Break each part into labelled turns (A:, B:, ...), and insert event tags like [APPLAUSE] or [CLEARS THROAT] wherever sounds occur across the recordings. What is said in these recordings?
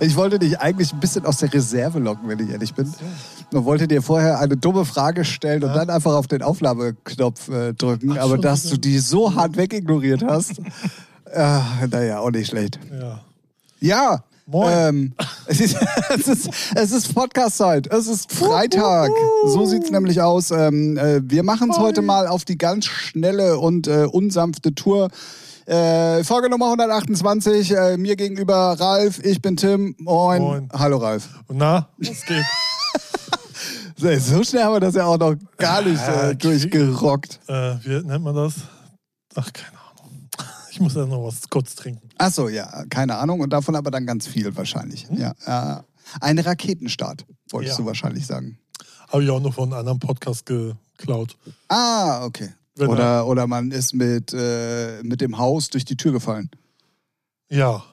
A: Ich wollte dich eigentlich ein bisschen aus der Reserve locken, wenn ich ehrlich bin. Und wollte dir vorher eine dumme Frage stellen und dann einfach auf den Aufnahmeknopf äh, drücken.
B: Ach,
A: Aber
B: schon
A: dass
B: wieder.
A: du die so hart wegignoriert hast, äh, naja, auch nicht schlecht.
B: Ja.
A: Ja.
B: Moin.
A: Ähm, es, ist, [LAUGHS] es, ist, es ist Podcast-Zeit. Es ist Freitag. So sieht's nämlich aus. Ähm, äh, wir machen es heute mal auf die ganz schnelle und äh, unsanfte Tour. Äh, Folge Nummer 128. Äh, mir gegenüber Ralf. Ich bin Tim. Moin.
B: Moin.
A: Hallo Ralf.
B: Und na, was geht?
A: So, so schnell haben wir das ja auch noch gar nicht
B: Ah,
A: äh, durchgerockt.
B: äh, wie nennt man das? Ach, keine Ahnung. Ich muss ja noch was kurz trinken.
A: Ach so, ja. Keine Ahnung. Und davon aber dann ganz viel wahrscheinlich. Ja. Äh, ein Raketenstart, wolltest
B: Hm. Ja.
A: du wahrscheinlich sagen.
B: Habe ich auch noch von einem anderen Podcast geklaut.
A: Ah, okay.
B: Wenn
A: Oder, oder man ist mit, äh, mit dem Haus durch die Tür gefallen.
B: Ja.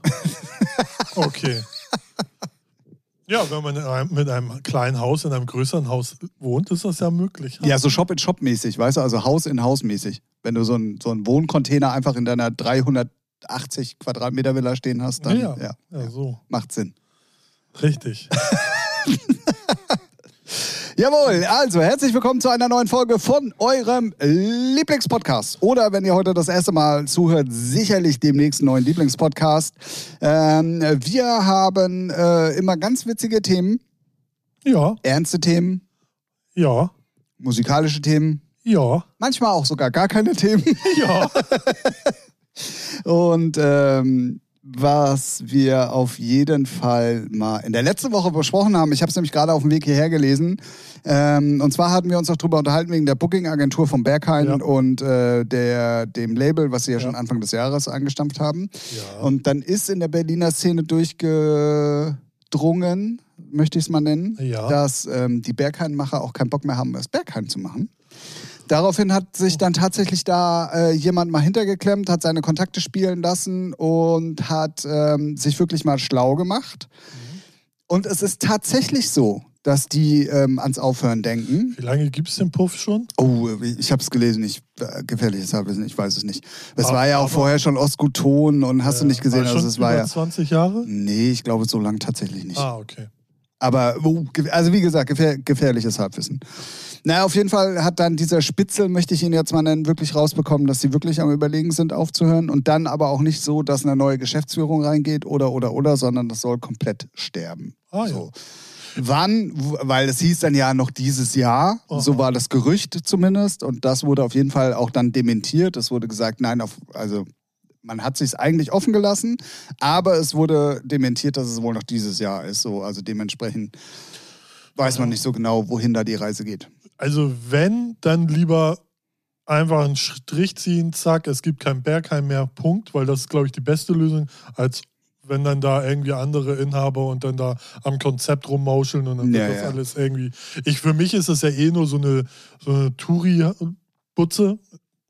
B: Okay. Ja, wenn man in einem, mit einem kleinen Haus in einem größeren Haus wohnt, ist das ja möglich.
A: Ja, so Shop-in-Shop-mäßig, weißt du, also Haus-in-Haus-mäßig. Wenn du so einen so einen Wohncontainer einfach in deiner 380 Quadratmeter Villa stehen hast, dann ja,
B: ja. ja. ja so.
A: macht Sinn.
B: Richtig.
A: Jawohl, also herzlich willkommen zu einer neuen Folge von eurem Lieblingspodcast. Oder wenn ihr heute das erste Mal zuhört, sicherlich demnächst einen neuen Lieblingspodcast. Ähm, wir haben äh, immer ganz witzige Themen,
B: Ja,
A: ernste Themen,
B: ja,
A: musikalische Themen.
B: ja,
A: manchmal auch sogar gar keine
B: [LAUGHS]
A: Themen.
B: ja.
A: Und ähm, was wir auf jeden Fall mal in der letzten Woche besprochen haben, ich habe es nämlich gerade auf dem Weg hierher gelesen, ähm, und zwar hatten wir uns noch drüber unterhalten wegen der Booking-Agentur von Berghain
B: Ja.
A: und äh, der, dem Label, was sie ja,
B: Ja.
A: schon Anfang des Jahres angestampft haben.
B: Ja.
A: Und dann ist in der Berliner Szene durchgedrungen, möchte ich es mal nennen,
B: Ja.
A: dass ähm, die Berghain-Macher auch keinen Bock mehr haben, das Berghain zu machen. Daraufhin hat sich dann tatsächlich da äh, jemand mal hintergeklemmt, hat seine Kontakte spielen lassen und hat ähm, sich wirklich mal schlau gemacht. Mhm. Und es ist tatsächlich so, dass die ähm, ans Aufhören denken.
B: Wie lange gibt es den Puff schon?
A: Oh, ich habe es gelesen, ich, äh, gefährliches Halbwissen, ich weiß es nicht. Es
B: Aber-
A: war ja auch
B: aber-
A: vorher schon Ostguton und hast du nicht gesehen,
B: Äh, schon
A: also es Ah, war
B: über
A: ja...
B: 20 Jahre?
A: Nee, ich glaube so lang tatsächlich nicht.
B: Ah, okay.
A: Aber, oh, ge- also wie gesagt, gefähr gefährliches Halbwissen. Naja, auf jeden Fall hat dann dieser Spitzel, möchte ich ihn jetzt mal nennen, wirklich rausbekommen, dass sie wirklich am Überlegen sind, aufzuhören. Und dann aber auch nicht so, dass eine neue Geschäftsführung reingeht oder, oder, oder, sondern das soll komplett sterben.
B: Ah, ja.
A: so. Wann, w- weil es hieß dann ja noch dieses Jahr,
B: Aha.
A: so war das Gerücht zumindest. Und das wurde auf jeden Fall auch dann dementiert. Es wurde gesagt, nein, auf, also man hat sich eigentlich offen gelassen, aber es wurde dementiert, dass es wohl noch dieses Jahr ist. So, also dementsprechend weiß man nicht so genau, wohin da die Reise geht.
B: Also wenn, dann lieber einfach einen Strich ziehen, zack, es gibt kein Bergheim mehr, Punkt, weil das ist, glaube ich, die beste Lösung, als wenn dann da irgendwie andere Inhaber und dann da am Konzept rummauscheln und dann
A: Ja,
B: wird das
A: ja.
B: alles irgendwie. Ich, für mich ist das ja eh nur so eine, so eine Touri-Butze.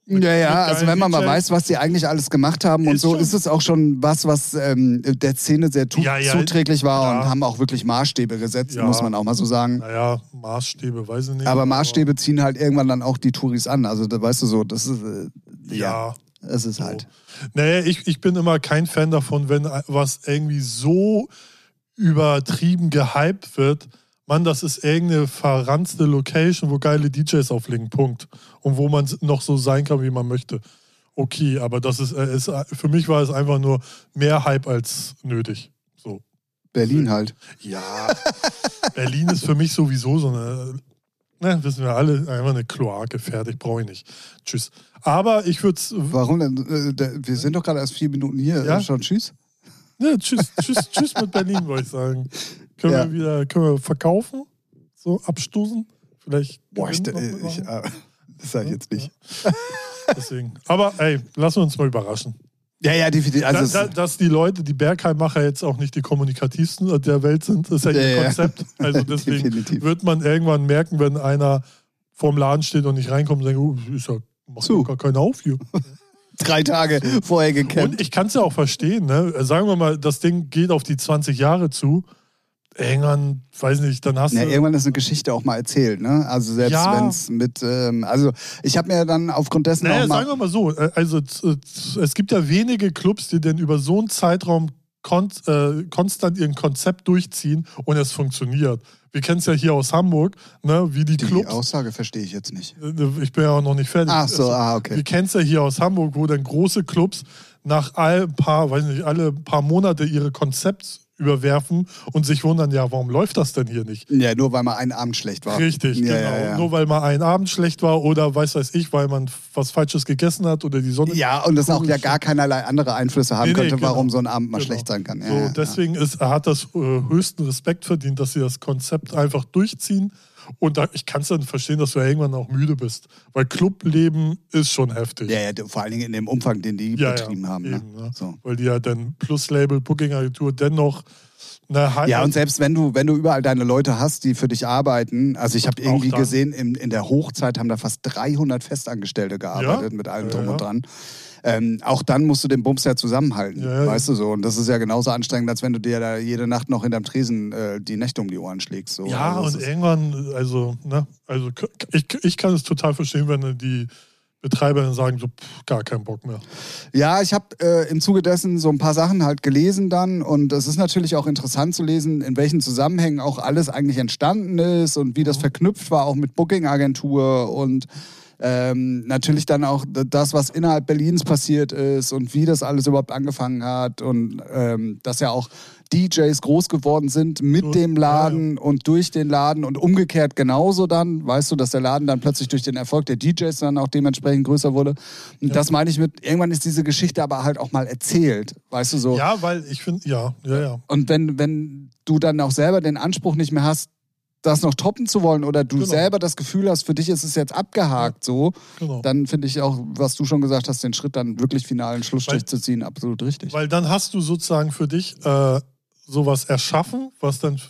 A: Ja, ja,
B: mit
A: also
B: geilen
A: wenn man mal
B: DJs.
A: weiß, was die eigentlich alles gemacht haben und
B: Ist
A: so,
B: schon-
A: ist es auch schon was, was ähm, der Szene sehr tu-
B: Ja, ja,
A: zuträglich war
B: ja.
A: und haben auch wirklich Maßstäbe gesetzt,
B: Ja.
A: muss man auch mal so sagen.
B: Naja, Maßstäbe, weiß ich nicht.
A: Aber Maßstäbe ziehen halt irgendwann dann auch die Touris an. Also da weißt du so, das ist äh, ja,
B: ja.
A: es ist halt.
B: So. Nee, ich, ich bin immer kein Fan davon, wenn was irgendwie so übertrieben gehypt wird. Mann, das ist irgendeine verranzte Location, wo geile DJs auflegen, Punkt. Und wo man noch so sein kann, wie man möchte. Okay, aber das ist, äh, ist für mich war es einfach nur mehr Hype als nötig. So.
A: Berlin halt.
B: Ja. [LAUGHS] Berlin ist für mich sowieso so eine, ne, wissen wir alle, einfach eine Kloake, fertig, brauche ich nicht. Tschüss. Aber ich würde es
A: Warum denn? Äh, der- Wir sind doch gerade erst vier Minuten hier.
B: Ja.
A: Äh, Schon tschüss.
B: Ne, tschüss, tschüss, tschüss mit Berlin, würde ich sagen. Können
A: Ja.
B: wir wieder können wir verkaufen? So abstoßen? Vielleicht.
A: Boah, ich,
B: gewinnen wir
A: äh,
B: noch
A: ich,
B: mal.
A: äh, das sage ich jetzt nicht.
B: Deswegen. Aber ey, lassen wir uns mal überraschen.
A: Ja, ja, definitiv. Also
B: da, da,
A: es-
B: dass die Leute, die Bergheimmacher jetzt auch nicht die kommunikativsten der Welt sind, ist ja ihr
A: Ja, ja.
B: Konzept.
A: [LAUGHS]
B: Also [LAUGHS] deswegen
A: definitiv.
B: wird man irgendwann merken, wenn einer vorm Laden steht und nicht reinkommt und sagt, oh, ist ja, macht
A: Zu.
B: doch gar keiner auf hier.
A: Drei Tage vorher gekämpft.
B: Und ich kann es ja auch verstehen, ne? Sagen wir mal, das Ding geht auf die 20 Jahre zu. Irgendwann, weiß nicht, dann hast
A: Na,
B: du.
A: irgendwann ist eine Geschichte auch mal erzählt, ne? Also selbst
B: Ja.
A: wenn es mit, ähm, also ich habe mir dann aufgrund dessen
B: Naja,
A: auch mal,
B: sagen wir mal so, äh, also z- z- es gibt ja wenige Clubs, die denn über so einen Zeitraum kon äh, konstant ihren Konzept durchziehen und es funktioniert. Wir kennen es ja hier aus Hamburg, ne, wie die,
A: Die
B: Clubs.
A: Aussage verstehe ich jetzt nicht.
B: Äh, Ich bin ja auch noch nicht fertig.
A: Ach so,
B: Also,
A: ah,
B: Wir
A: okay.
B: kennen es ja hier aus Hamburg, wo dann große Clubs nach all paar, weiß nicht, alle paar Monate ihre Konzepts überwerfen und sich wundern, ja, warum läuft das denn hier nicht?
A: Ja, nur weil man einen Abend schlecht war.
B: Richtig,
A: ja,
B: genau.
A: Ja, ja.
B: Nur weil mal ein Abend schlecht war oder weiß weiß ich, weil man was Falsches gegessen hat oder die Sonne.
A: ja, und das auch ja gar keinerlei andere Einflüsse haben
B: ne? Nee, nee,
A: könnte,
B: genau.
A: warum so ein Abend mal
B: Genau.
A: schlecht sein kann. Ja,
B: So,
A: ja,
B: deswegen ist, er hat das äh, höchsten Respekt verdient, dass sie das Konzept einfach durchziehen. Und da, ich kann es dann verstehen, dass du irgendwann auch müde bist. Weil Clubleben ist schon heftig.
A: ja. ja, ja, vor allen Dingen in dem Umfang, den die betrieben haben.
B: eben,
A: ne?
B: ne?
A: So.
B: Weil die ja dann Plus-Label, Booking-Agentur dennoch eine also, High
A: Ja, und selbst wenn du, wenn du überall deine Leute hast, die für dich arbeiten, also ich habe
B: Auch
A: irgendwie
B: dann.
A: gesehen, in, in der Hochzeit haben da fast 300 Festangestellte gearbeitet,
B: Ja?
A: mit allem
B: Ja,
A: drum
B: ja.
A: und dran. Ähm, auch dann musst du den Bums ja zusammenhalten,
B: Ja, ja.
A: weißt du so. Und das ist ja genauso anstrengend, als wenn du dir da jede Nacht noch hinterm Tresen äh, die Nächte um die Ohren schlägst. So.
B: Ja,
A: Also das
B: und
A: ist-
B: irgendwann, also, ne, also k- ich, ich kann es total verstehen, wenn die Betreiber dann sagen, so, pff, gar keinen Bock mehr.
A: Ja, ich habe äh, im Zuge dessen so ein paar Sachen halt gelesen dann und es ist natürlich auch interessant zu lesen, in welchen Zusammenhängen auch alles eigentlich entstanden ist und wie das
B: Mhm.
A: verknüpft war auch mit Booking-Agentur und ähm, natürlich dann auch d- das, was innerhalb Berlins passiert ist und wie das alles überhaupt angefangen hat und ähm, dass ja auch DJs groß geworden sind mit
B: Ja,
A: dem
B: ja, ja.
A: Laden und durch den Laden und umgekehrt genauso dann, weißt du, dass der Laden dann plötzlich durch den Erfolg der DJs dann auch dementsprechend größer wurde. Und das meine ich mit, irgendwann ist diese Geschichte aber halt auch mal erzählt, weißt du so.
B: Ja, weil ich finde, ja, ja, ja.
A: Und wenn, wenn du dann auch selber den Anspruch nicht mehr hast, das noch toppen zu wollen oder du
B: Genau.
A: selber das Gefühl hast, für dich ist es jetzt abgehakt so,
B: Genau.
A: dann finde ich auch, was du schon gesagt hast, den Schritt dann wirklich finalen Schlussstrich
B: Weil-
A: zu ziehen, absolut richtig.
B: Weil dann hast du sozusagen für dich äh, sowas erschaffen, was dann f-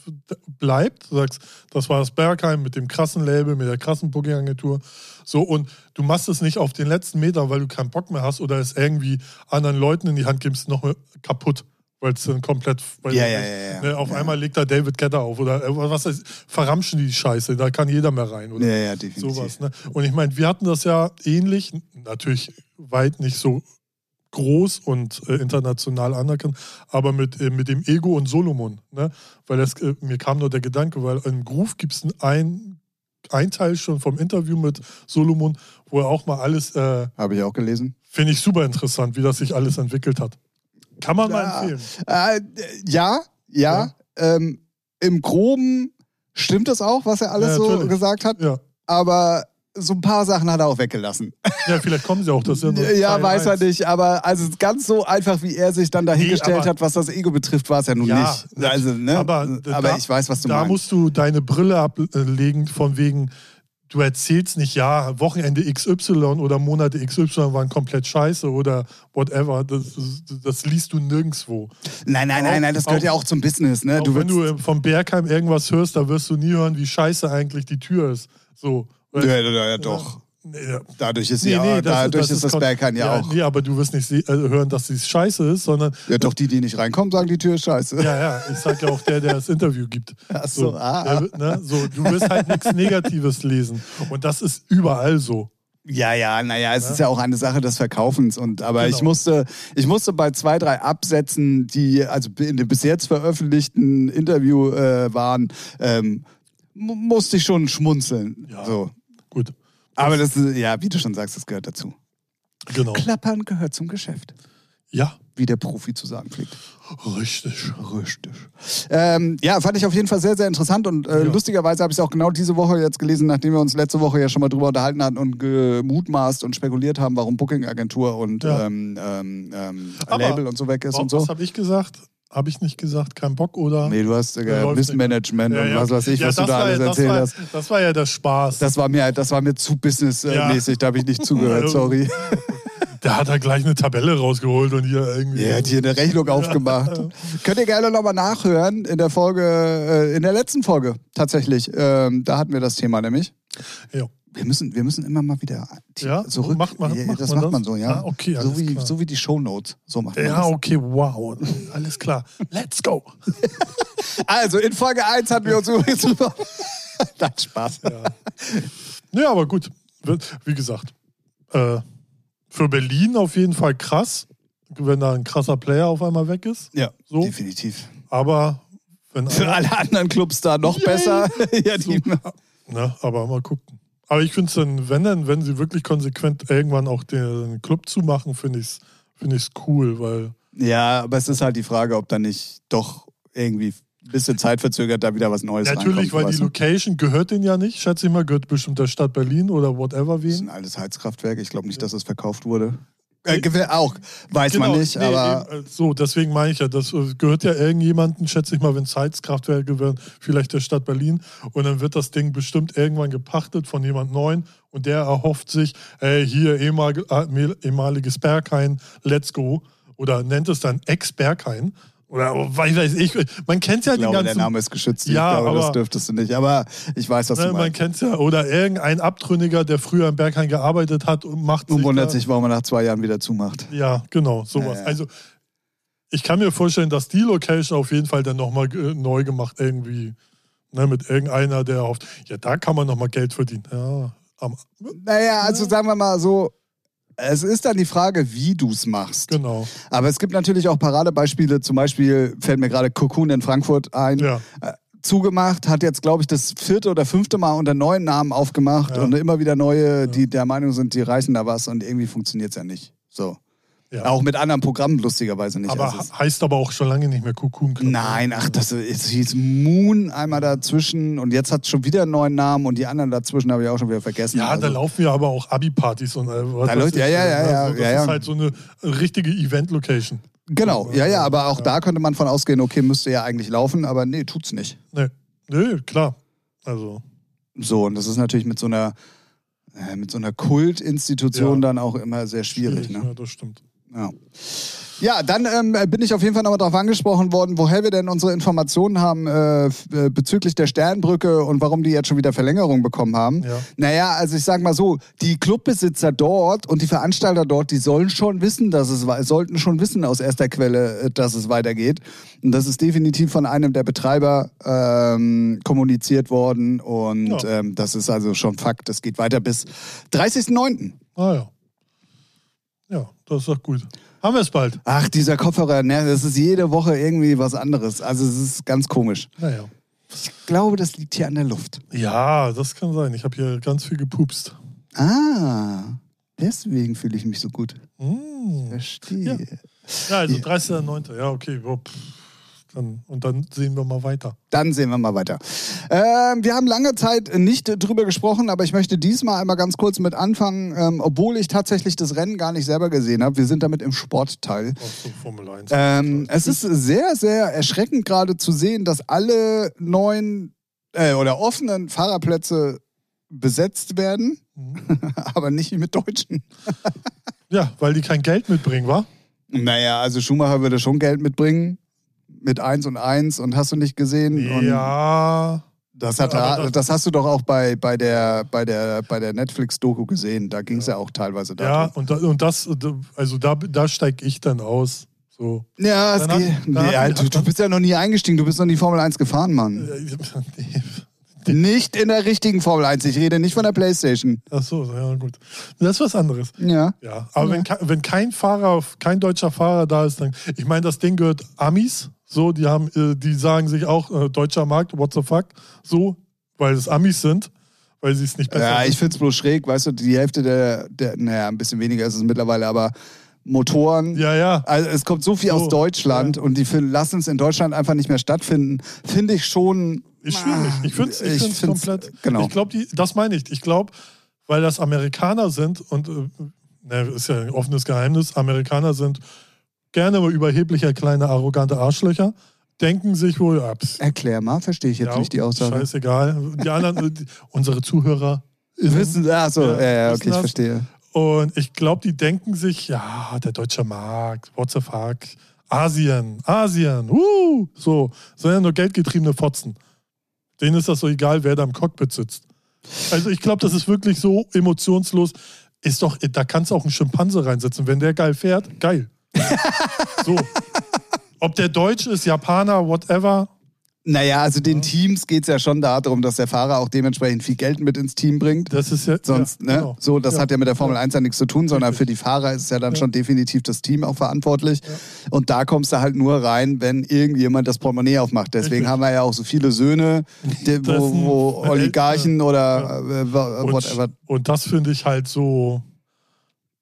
B: bleibt. Du sagst, das war das Bergheim mit dem krassen Label, mit der krassen Booking-Agentur. So, und du machst es nicht auf den letzten Meter, weil du keinen Bock mehr hast oder es irgendwie anderen Leuten in die Hand gibst, noch kaputt. Weil es dann komplett. Weil
A: Ja, ja, ja, ja.
B: Ne, auf
A: Ja.
B: einmal legt da David Getter auf oder äh, was heißt, verramschen die Scheiße, da kann jeder mehr rein. Oder
A: ja, ja, definitiv.
B: sowas. Ne? Und ich meine, wir hatten das ja ähnlich, natürlich weit nicht so groß und äh, international anerkannt, aber mit, äh, mit dem Ego und Solomon. Ne? Weil das, äh, mir kam nur der Gedanke, weil im Groove gibt es ein, ein Teil schon vom Interview mit Solomon, wo er auch mal alles, äh,
A: Habe ich auch gelesen.
B: finde ich super interessant, wie das sich alles entwickelt hat. Kann man
A: Ja.
B: mal empfehlen.
A: Äh, ja, ja. Ähm, Im Groben stimmt das auch, was er alles
B: Ja,
A: so
B: natürlich.
A: gesagt hat,
B: Ja.
A: aber so ein paar Sachen hat er auch weggelassen.
B: ja, vielleicht kommen sie auch. Das ist ja, nur
A: ja,
B: Teil
A: weiß er
B: eins.
A: nicht, aber also ganz so einfach, wie er sich dann dahingestellt
B: aber-
A: hat, was das Ego betrifft, war es ja nun
B: Ja,
A: nicht. Also, ne?
B: aber da-
A: aber ich weiß, was du
B: da
A: meinst.
B: musst du deine Brille ablegen, von wegen, du erzählst nicht, ja, Wochenende XY oder Monate XY waren komplett scheiße oder whatever. Das, das, das liest du nirgendwo.
A: nein, nein, nein, nein, das gehört
B: auch-
A: ja auch zum Business, ne?
B: Auch
A: Du
B: wenn
A: willst,
B: du äh, vom Bergheim irgendwas hörst, da wirst du nie hören, wie scheiße eigentlich die Tür ist. So.
A: ja, ja, ja, doch.
B: Nee, ja.
A: Dadurch ist, ja, dadurch ist das
B: kon-
A: Bergheim ja, auch.
B: Nee, aber du wirst nicht se- äh, hören, dass es scheiße ist, sondern
A: Ja, doch, die, die nicht reinkommen, sagen, die Tür ist scheiße.
B: Ja, ja, ich sag ja auch der, der das Interview gibt.
A: Ach so, ah,
B: der, wird, ne, so du wirst halt nichts Negatives lesen. Und das ist überall so.
A: Ja, ja, naja, es ist ja auch eine Sache des Verkaufens und aber ich
B: Ne? Genau.
A: musste, ich musste bei zwei, drei Absätzen, die also in dem bis jetzt veröffentlichten Interview äh, waren, ähm, mu- musste ich schon schmunzeln.
B: Ja.
A: So.
B: Gut,
A: Aber das ist, ja, wie du schon sagst, das gehört dazu.
B: genau.
A: Klappern gehört zum Geschäft,
B: Ja,
A: wie der Profi zu sagen pflegt.
B: richtig.
A: Richtig. Ähm, ja, fand ich auf jeden Fall sehr, sehr interessant und äh,
B: Ja.
A: lustigerweise habe ich es auch genau diese Woche jetzt gelesen, nachdem wir uns letzte Woche ja schon mal drüber unterhalten hatten und gemutmaßt und spekuliert haben, warum Booking-Agentur und
B: Ja.
A: ähm, ähm, ähm,
B: Aber-
A: Label und so weg ist
B: Wa-
A: und so.
B: Was habe ich gesagt? Habe ich nicht gesagt, kein Bock oder?
A: Nee, du hast
B: Ja,
A: äh,
B: läuft
A: Wissensmanagement und was weiß ich, was du
B: das
A: da
B: war ja-
A: alles
B: das
A: erzählt
B: war,
A: hast.
B: Das war ja der Spaß.
A: Das war mir, das war mir zu
B: Ja. Also,
A: businessmäßig, da habe ich nicht
B: [LAUGHS]
A: zugehört, sorry.
B: der hat da gleich eine Tabelle rausgeholt und hier irgendwie.
A: Ja, hat hier eine Rechnung aufgemacht. Könnt ihr gerne nochmal nachhören in der Folge, äh, in der letzten Folge tatsächlich. Ähm, da hatten wir das Thema nämlich.
B: Ja.
A: Wir müssen, wir müssen immer mal wieder die-
B: Ja?
A: zurück.
B: Macht man-
A: Ja,
B: macht
A: das
B: man
A: macht
B: das?
A: man so, ja.
B: Ah, okay,
A: so,
B: alles
A: wie,
B: klar.
A: so wie die Shownotes. So macht man
B: ja,
A: das.
B: okay, wow. Alles klar. Let's go.
A: Also in Folge 1 hatten wir
B: [LAUGHS]
A: uns übrigens über. [LAUGHS] Nein, Spaß.
B: Ja. Naja, aber gut. Wie gesagt, äh, für Berlin auf jeden Fall krass. wenn da ein krasser Player auf einmal weg ist.
A: Ja,
B: So.
A: definitiv.
B: Aber
A: [LAUGHS]
B: wenn
A: Für
B: einer,
A: alle anderen Clubs da noch
B: Yay.
A: besser. [LAUGHS] ja, die,
B: ne, aber mal gucken. Aber ich finde es dann, wenn dann, wenn sie wirklich konsequent irgendwann auch den Club zumachen, finde ich es find ich's cool, weil
A: ja, aber es ist halt die Frage, ob da nicht doch irgendwie ein bisschen zeitverzögert da wieder was Neues
B: natürlich,
A: reinkommt,
B: weil die
A: weißt du?
B: Location gehört denen ja nicht, schätze ich mal, gehört bestimmt der Stadt Berlin oder whatever
A: Das ist
B: wen.
A: ein altes Heizkraftwerk. Ich glaube nicht, dass es verkauft wurde. Äh, gew- auch, weiß
B: Genau,
A: man nicht,
B: nee,
A: aber
B: eben, äh, so, deswegen meine ich ja, das äh, gehört ja irgendjemanden, schätze ich mal, wenn es Heizkraftwerke wären, vielleicht der Stadt Berlin. Und dann wird das Ding bestimmt irgendwann gepachtet von jemand Neuen und der erhofft sich, ey, hier ehemalige, äh, mehl- ehemaliges Berghain, let's go. Oder nennt es dann Ex-Berghain. Oder weiß, weiß ich, man kennt ja
A: ich glaube, der
B: den ganzen.
A: Name ist geschützt. Ich
B: Ja,
A: glaube, das
B: aber-
A: dürftest du nicht. Aber ich weiß, was
B: Ne,
A: du
B: man
A: meinst.
B: kennt's ja. Oder irgendein Abtrünniger, der früher im Berghain gearbeitet hat und macht
A: Und wundert
B: da-
A: sich, warum man nach zwei Jahren wieder zumacht.
B: Ja, genau, sowas.
A: Ja, ja.
B: Also ich kann mir vorstellen, dass die Location auf jeden Fall dann nochmal neu gemacht irgendwie. Ne, mit irgendeiner, der hofft, ja, da kann man nochmal Geld verdienen. Ja, am,
A: Naja, also sagen wir mal so, es ist dann die Frage, wie du es machst.
B: genau.
A: Aber es gibt natürlich auch Paradebeispiele. Zum Beispiel fällt mir gerade Cocoon in Frankfurt ein.
B: Ja,
A: Äh, Zugemacht, hat jetzt, glaube ich, das vierte oder fünfte Mal unter neuen Namen aufgemacht
B: Ja.
A: und immer wieder neue, die der Meinung sind, die reißen da was und irgendwie funktioniert es ja nicht. So.
B: ja.
A: Auch mit anderen Programmen lustigerweise nicht.
B: aber
A: Also es-
B: he- heißt aber auch schon lange nicht mehr Kukun Club. ne?
A: Nein, ach, das es hieß Moon einmal dazwischen und jetzt hat es schon wieder einen neuen Namen und die anderen dazwischen habe ich auch schon wieder vergessen.
B: Ja, da
A: Also-
B: laufen ja aber auch Abi-Partys und äh, was
A: Da
B: weiß
A: läuft- ja,
B: ich,
A: ja, ja,
B: ne?
A: ja,
B: Also, Das
A: ja,
B: ist
A: ja.
B: halt so eine richtige Event-Location.
A: Genau, ja, ja, aber auch
B: Ja.
A: da könnte man von ausgehen, okay, müsste ja eigentlich laufen, aber nee, tut's nicht.
B: Ne, ne, klar. Also,
A: So, und das ist natürlich mit so einer, äh, mit so einer Kultinstitution
B: Ja.
A: dann auch immer sehr schwierig. Ne?
B: ja, das stimmt.
A: Ja. ja, dann ähm, bin ich auf jeden Fall nochmal darauf angesprochen worden, woher wir denn unsere Informationen haben äh, f- äh, bezüglich der Sternbrücke und warum die jetzt schon wieder Verlängerung bekommen haben.
B: Ja.
A: Naja, also ich sag mal so, die Clubbesitzer dort und die Veranstalter dort, die sollen schon wissen, dass es wei- sollten schon wissen aus erster Quelle, äh, dass es weitergeht. Und das ist definitiv von einem der Betreiber ähm, kommuniziert worden. Und
B: Ja.
A: ähm, das ist also schon Fakt. Es geht weiter bis 30.09.
B: Ah ja. Ja, das ist doch gut. Haben wir es bald.
A: Ach, dieser Kopfhörer, ne, das ist jede Woche irgendwie was anderes. Also es ist ganz komisch.
B: Naja.
A: Ich glaube, das liegt hier an der Luft.
B: Ja, das kann sein. Ich habe hier ganz viel gepupst.
A: Ah, deswegen fühle ich mich so gut.
B: Mm.
A: Verstehe.
B: Ja, also 30.09. Ja, okay. wo, pff, Dann, und dann sehen wir mal weiter.
A: Dann sehen wir mal weiter. Ähm, wir haben lange Zeit nicht drüber gesprochen, aber ich möchte diesmal einmal ganz kurz mit anfangen, ähm, obwohl ich tatsächlich das Rennen gar nicht selber gesehen habe. Wir sind damit im Sportteil.
B: Auch so Formel 1.
A: Ähm, es ist sehr, sehr erschreckend gerade zu sehen, dass alle neuen äh, oder offenen Fahrerplätze besetzt werden,
B: Mhm.
A: [LAUGHS] aber nicht mit Deutschen.
B: Ja, weil die kein Geld mitbringen, wa?
A: Naja, also Schumacher würde schon Geld mitbringen. Mit 1 und 1 und hast du nicht gesehen? Und
B: Ja.
A: Das, hat,
B: Aber
A: das,
B: das-
A: hast du doch auch bei, bei der, bei der, bei der Netflix-Doku gesehen. Da ging es ja. auch teilweise
B: Ja,
A: darum.
B: und, da, und das, also da, da steige ich dann aus. So.
A: Ja, es
B: Dann
A: geht.
B: hat- dann hat-
A: ja, du, du bist ja noch nie eingestiegen. Du bist noch nie Formel 1 gefahren, Mann. Nicht in der richtigen Formel 1. Ich rede nicht von der Playstation.
B: Ach so, [LAUGHS] ja, gut. Das ist was anderes.
A: Ja.
B: Ja, aber
A: Ja.
B: Wenn, ke- wenn kein Fahrer, kein deutscher Fahrer da ist, dann, ich meine, das Ding gehört Amis, so, die haben, äh, die sagen sich auch, äh, deutscher Markt, what the fuck, so, weil es Amis sind, weil sie es nicht besser
A: Ja, ich
B: wissen.
A: find's bloß schräg, weißt du, die Hälfte der, der naja, ein bisschen weniger ist es mittlerweile, aber Motoren.
B: Ja, ja,
A: Also es kommt so viel
B: So,
A: aus Deutschland und die fin- lassen es in Deutschland einfach nicht mehr stattfinden. Finde ich schon.
B: ist schwierig. Ich finde es
A: Ich
B: ich find's
A: find's-
B: komplett.
A: genau.
B: Ich glaube, das meine ich. Ich glaube, weil das Amerikaner sind und, äh, ne, ist ja ein offenes Geheimnis, Amerikaner sind gerne mal überheblicher, kleine, arrogante Arschlöcher, denken sich wohl, ah, pss,
A: Erklär mal, verstehe ich jetzt nicht die Aussage.
B: Scheißegal. Die anderen, äh, die, unsere Zuhörer.
A: Wissen, ach so, ja,
B: Ja,
A: ja,
B: wissen
A: okay, ich
B: das.
A: verstehe.
B: Und ich glaube, die denken sich, ja, der deutsche Markt, what the fuck, Asien, Asien, uh, so, sind ja nur geldgetriebene Fotzen. Denen ist das so egal, wer da im Cockpit sitzt. Also ich glaube, das ist wirklich so emotionslos. Ist doch, da kannst du auch einen Schimpanse reinsetzen. Wenn der geil
A: [LAUGHS]
B: fährt, geil. so. Ob der Deutsch ist, Japaner, whatever,
A: Naja, also den Teams geht es ja schon darum, dass der Fahrer auch dementsprechend viel Geld mit ins Team bringt.
B: Das ist ja.
A: Sonst,
B: ja,
A: ne?
B: genau.
A: So, das
B: ja.
A: hat ja mit der Formel 1 ja nichts zu tun, sondern
B: Richtig.
A: für die Fahrer ist ja dann
B: Ja.
A: schon definitiv das Team auch verantwortlich. Und da kommst du halt nur rein, wenn irgendjemand das Portemonnaie aufmacht. Deswegen
B: Richtig.
A: haben wir ja auch so viele Söhne, die, wo,
B: Dessen-
A: wo
B: wenn
A: Oligarchen oder äh,
B: Und,
A: whatever.
B: und das finde ich halt so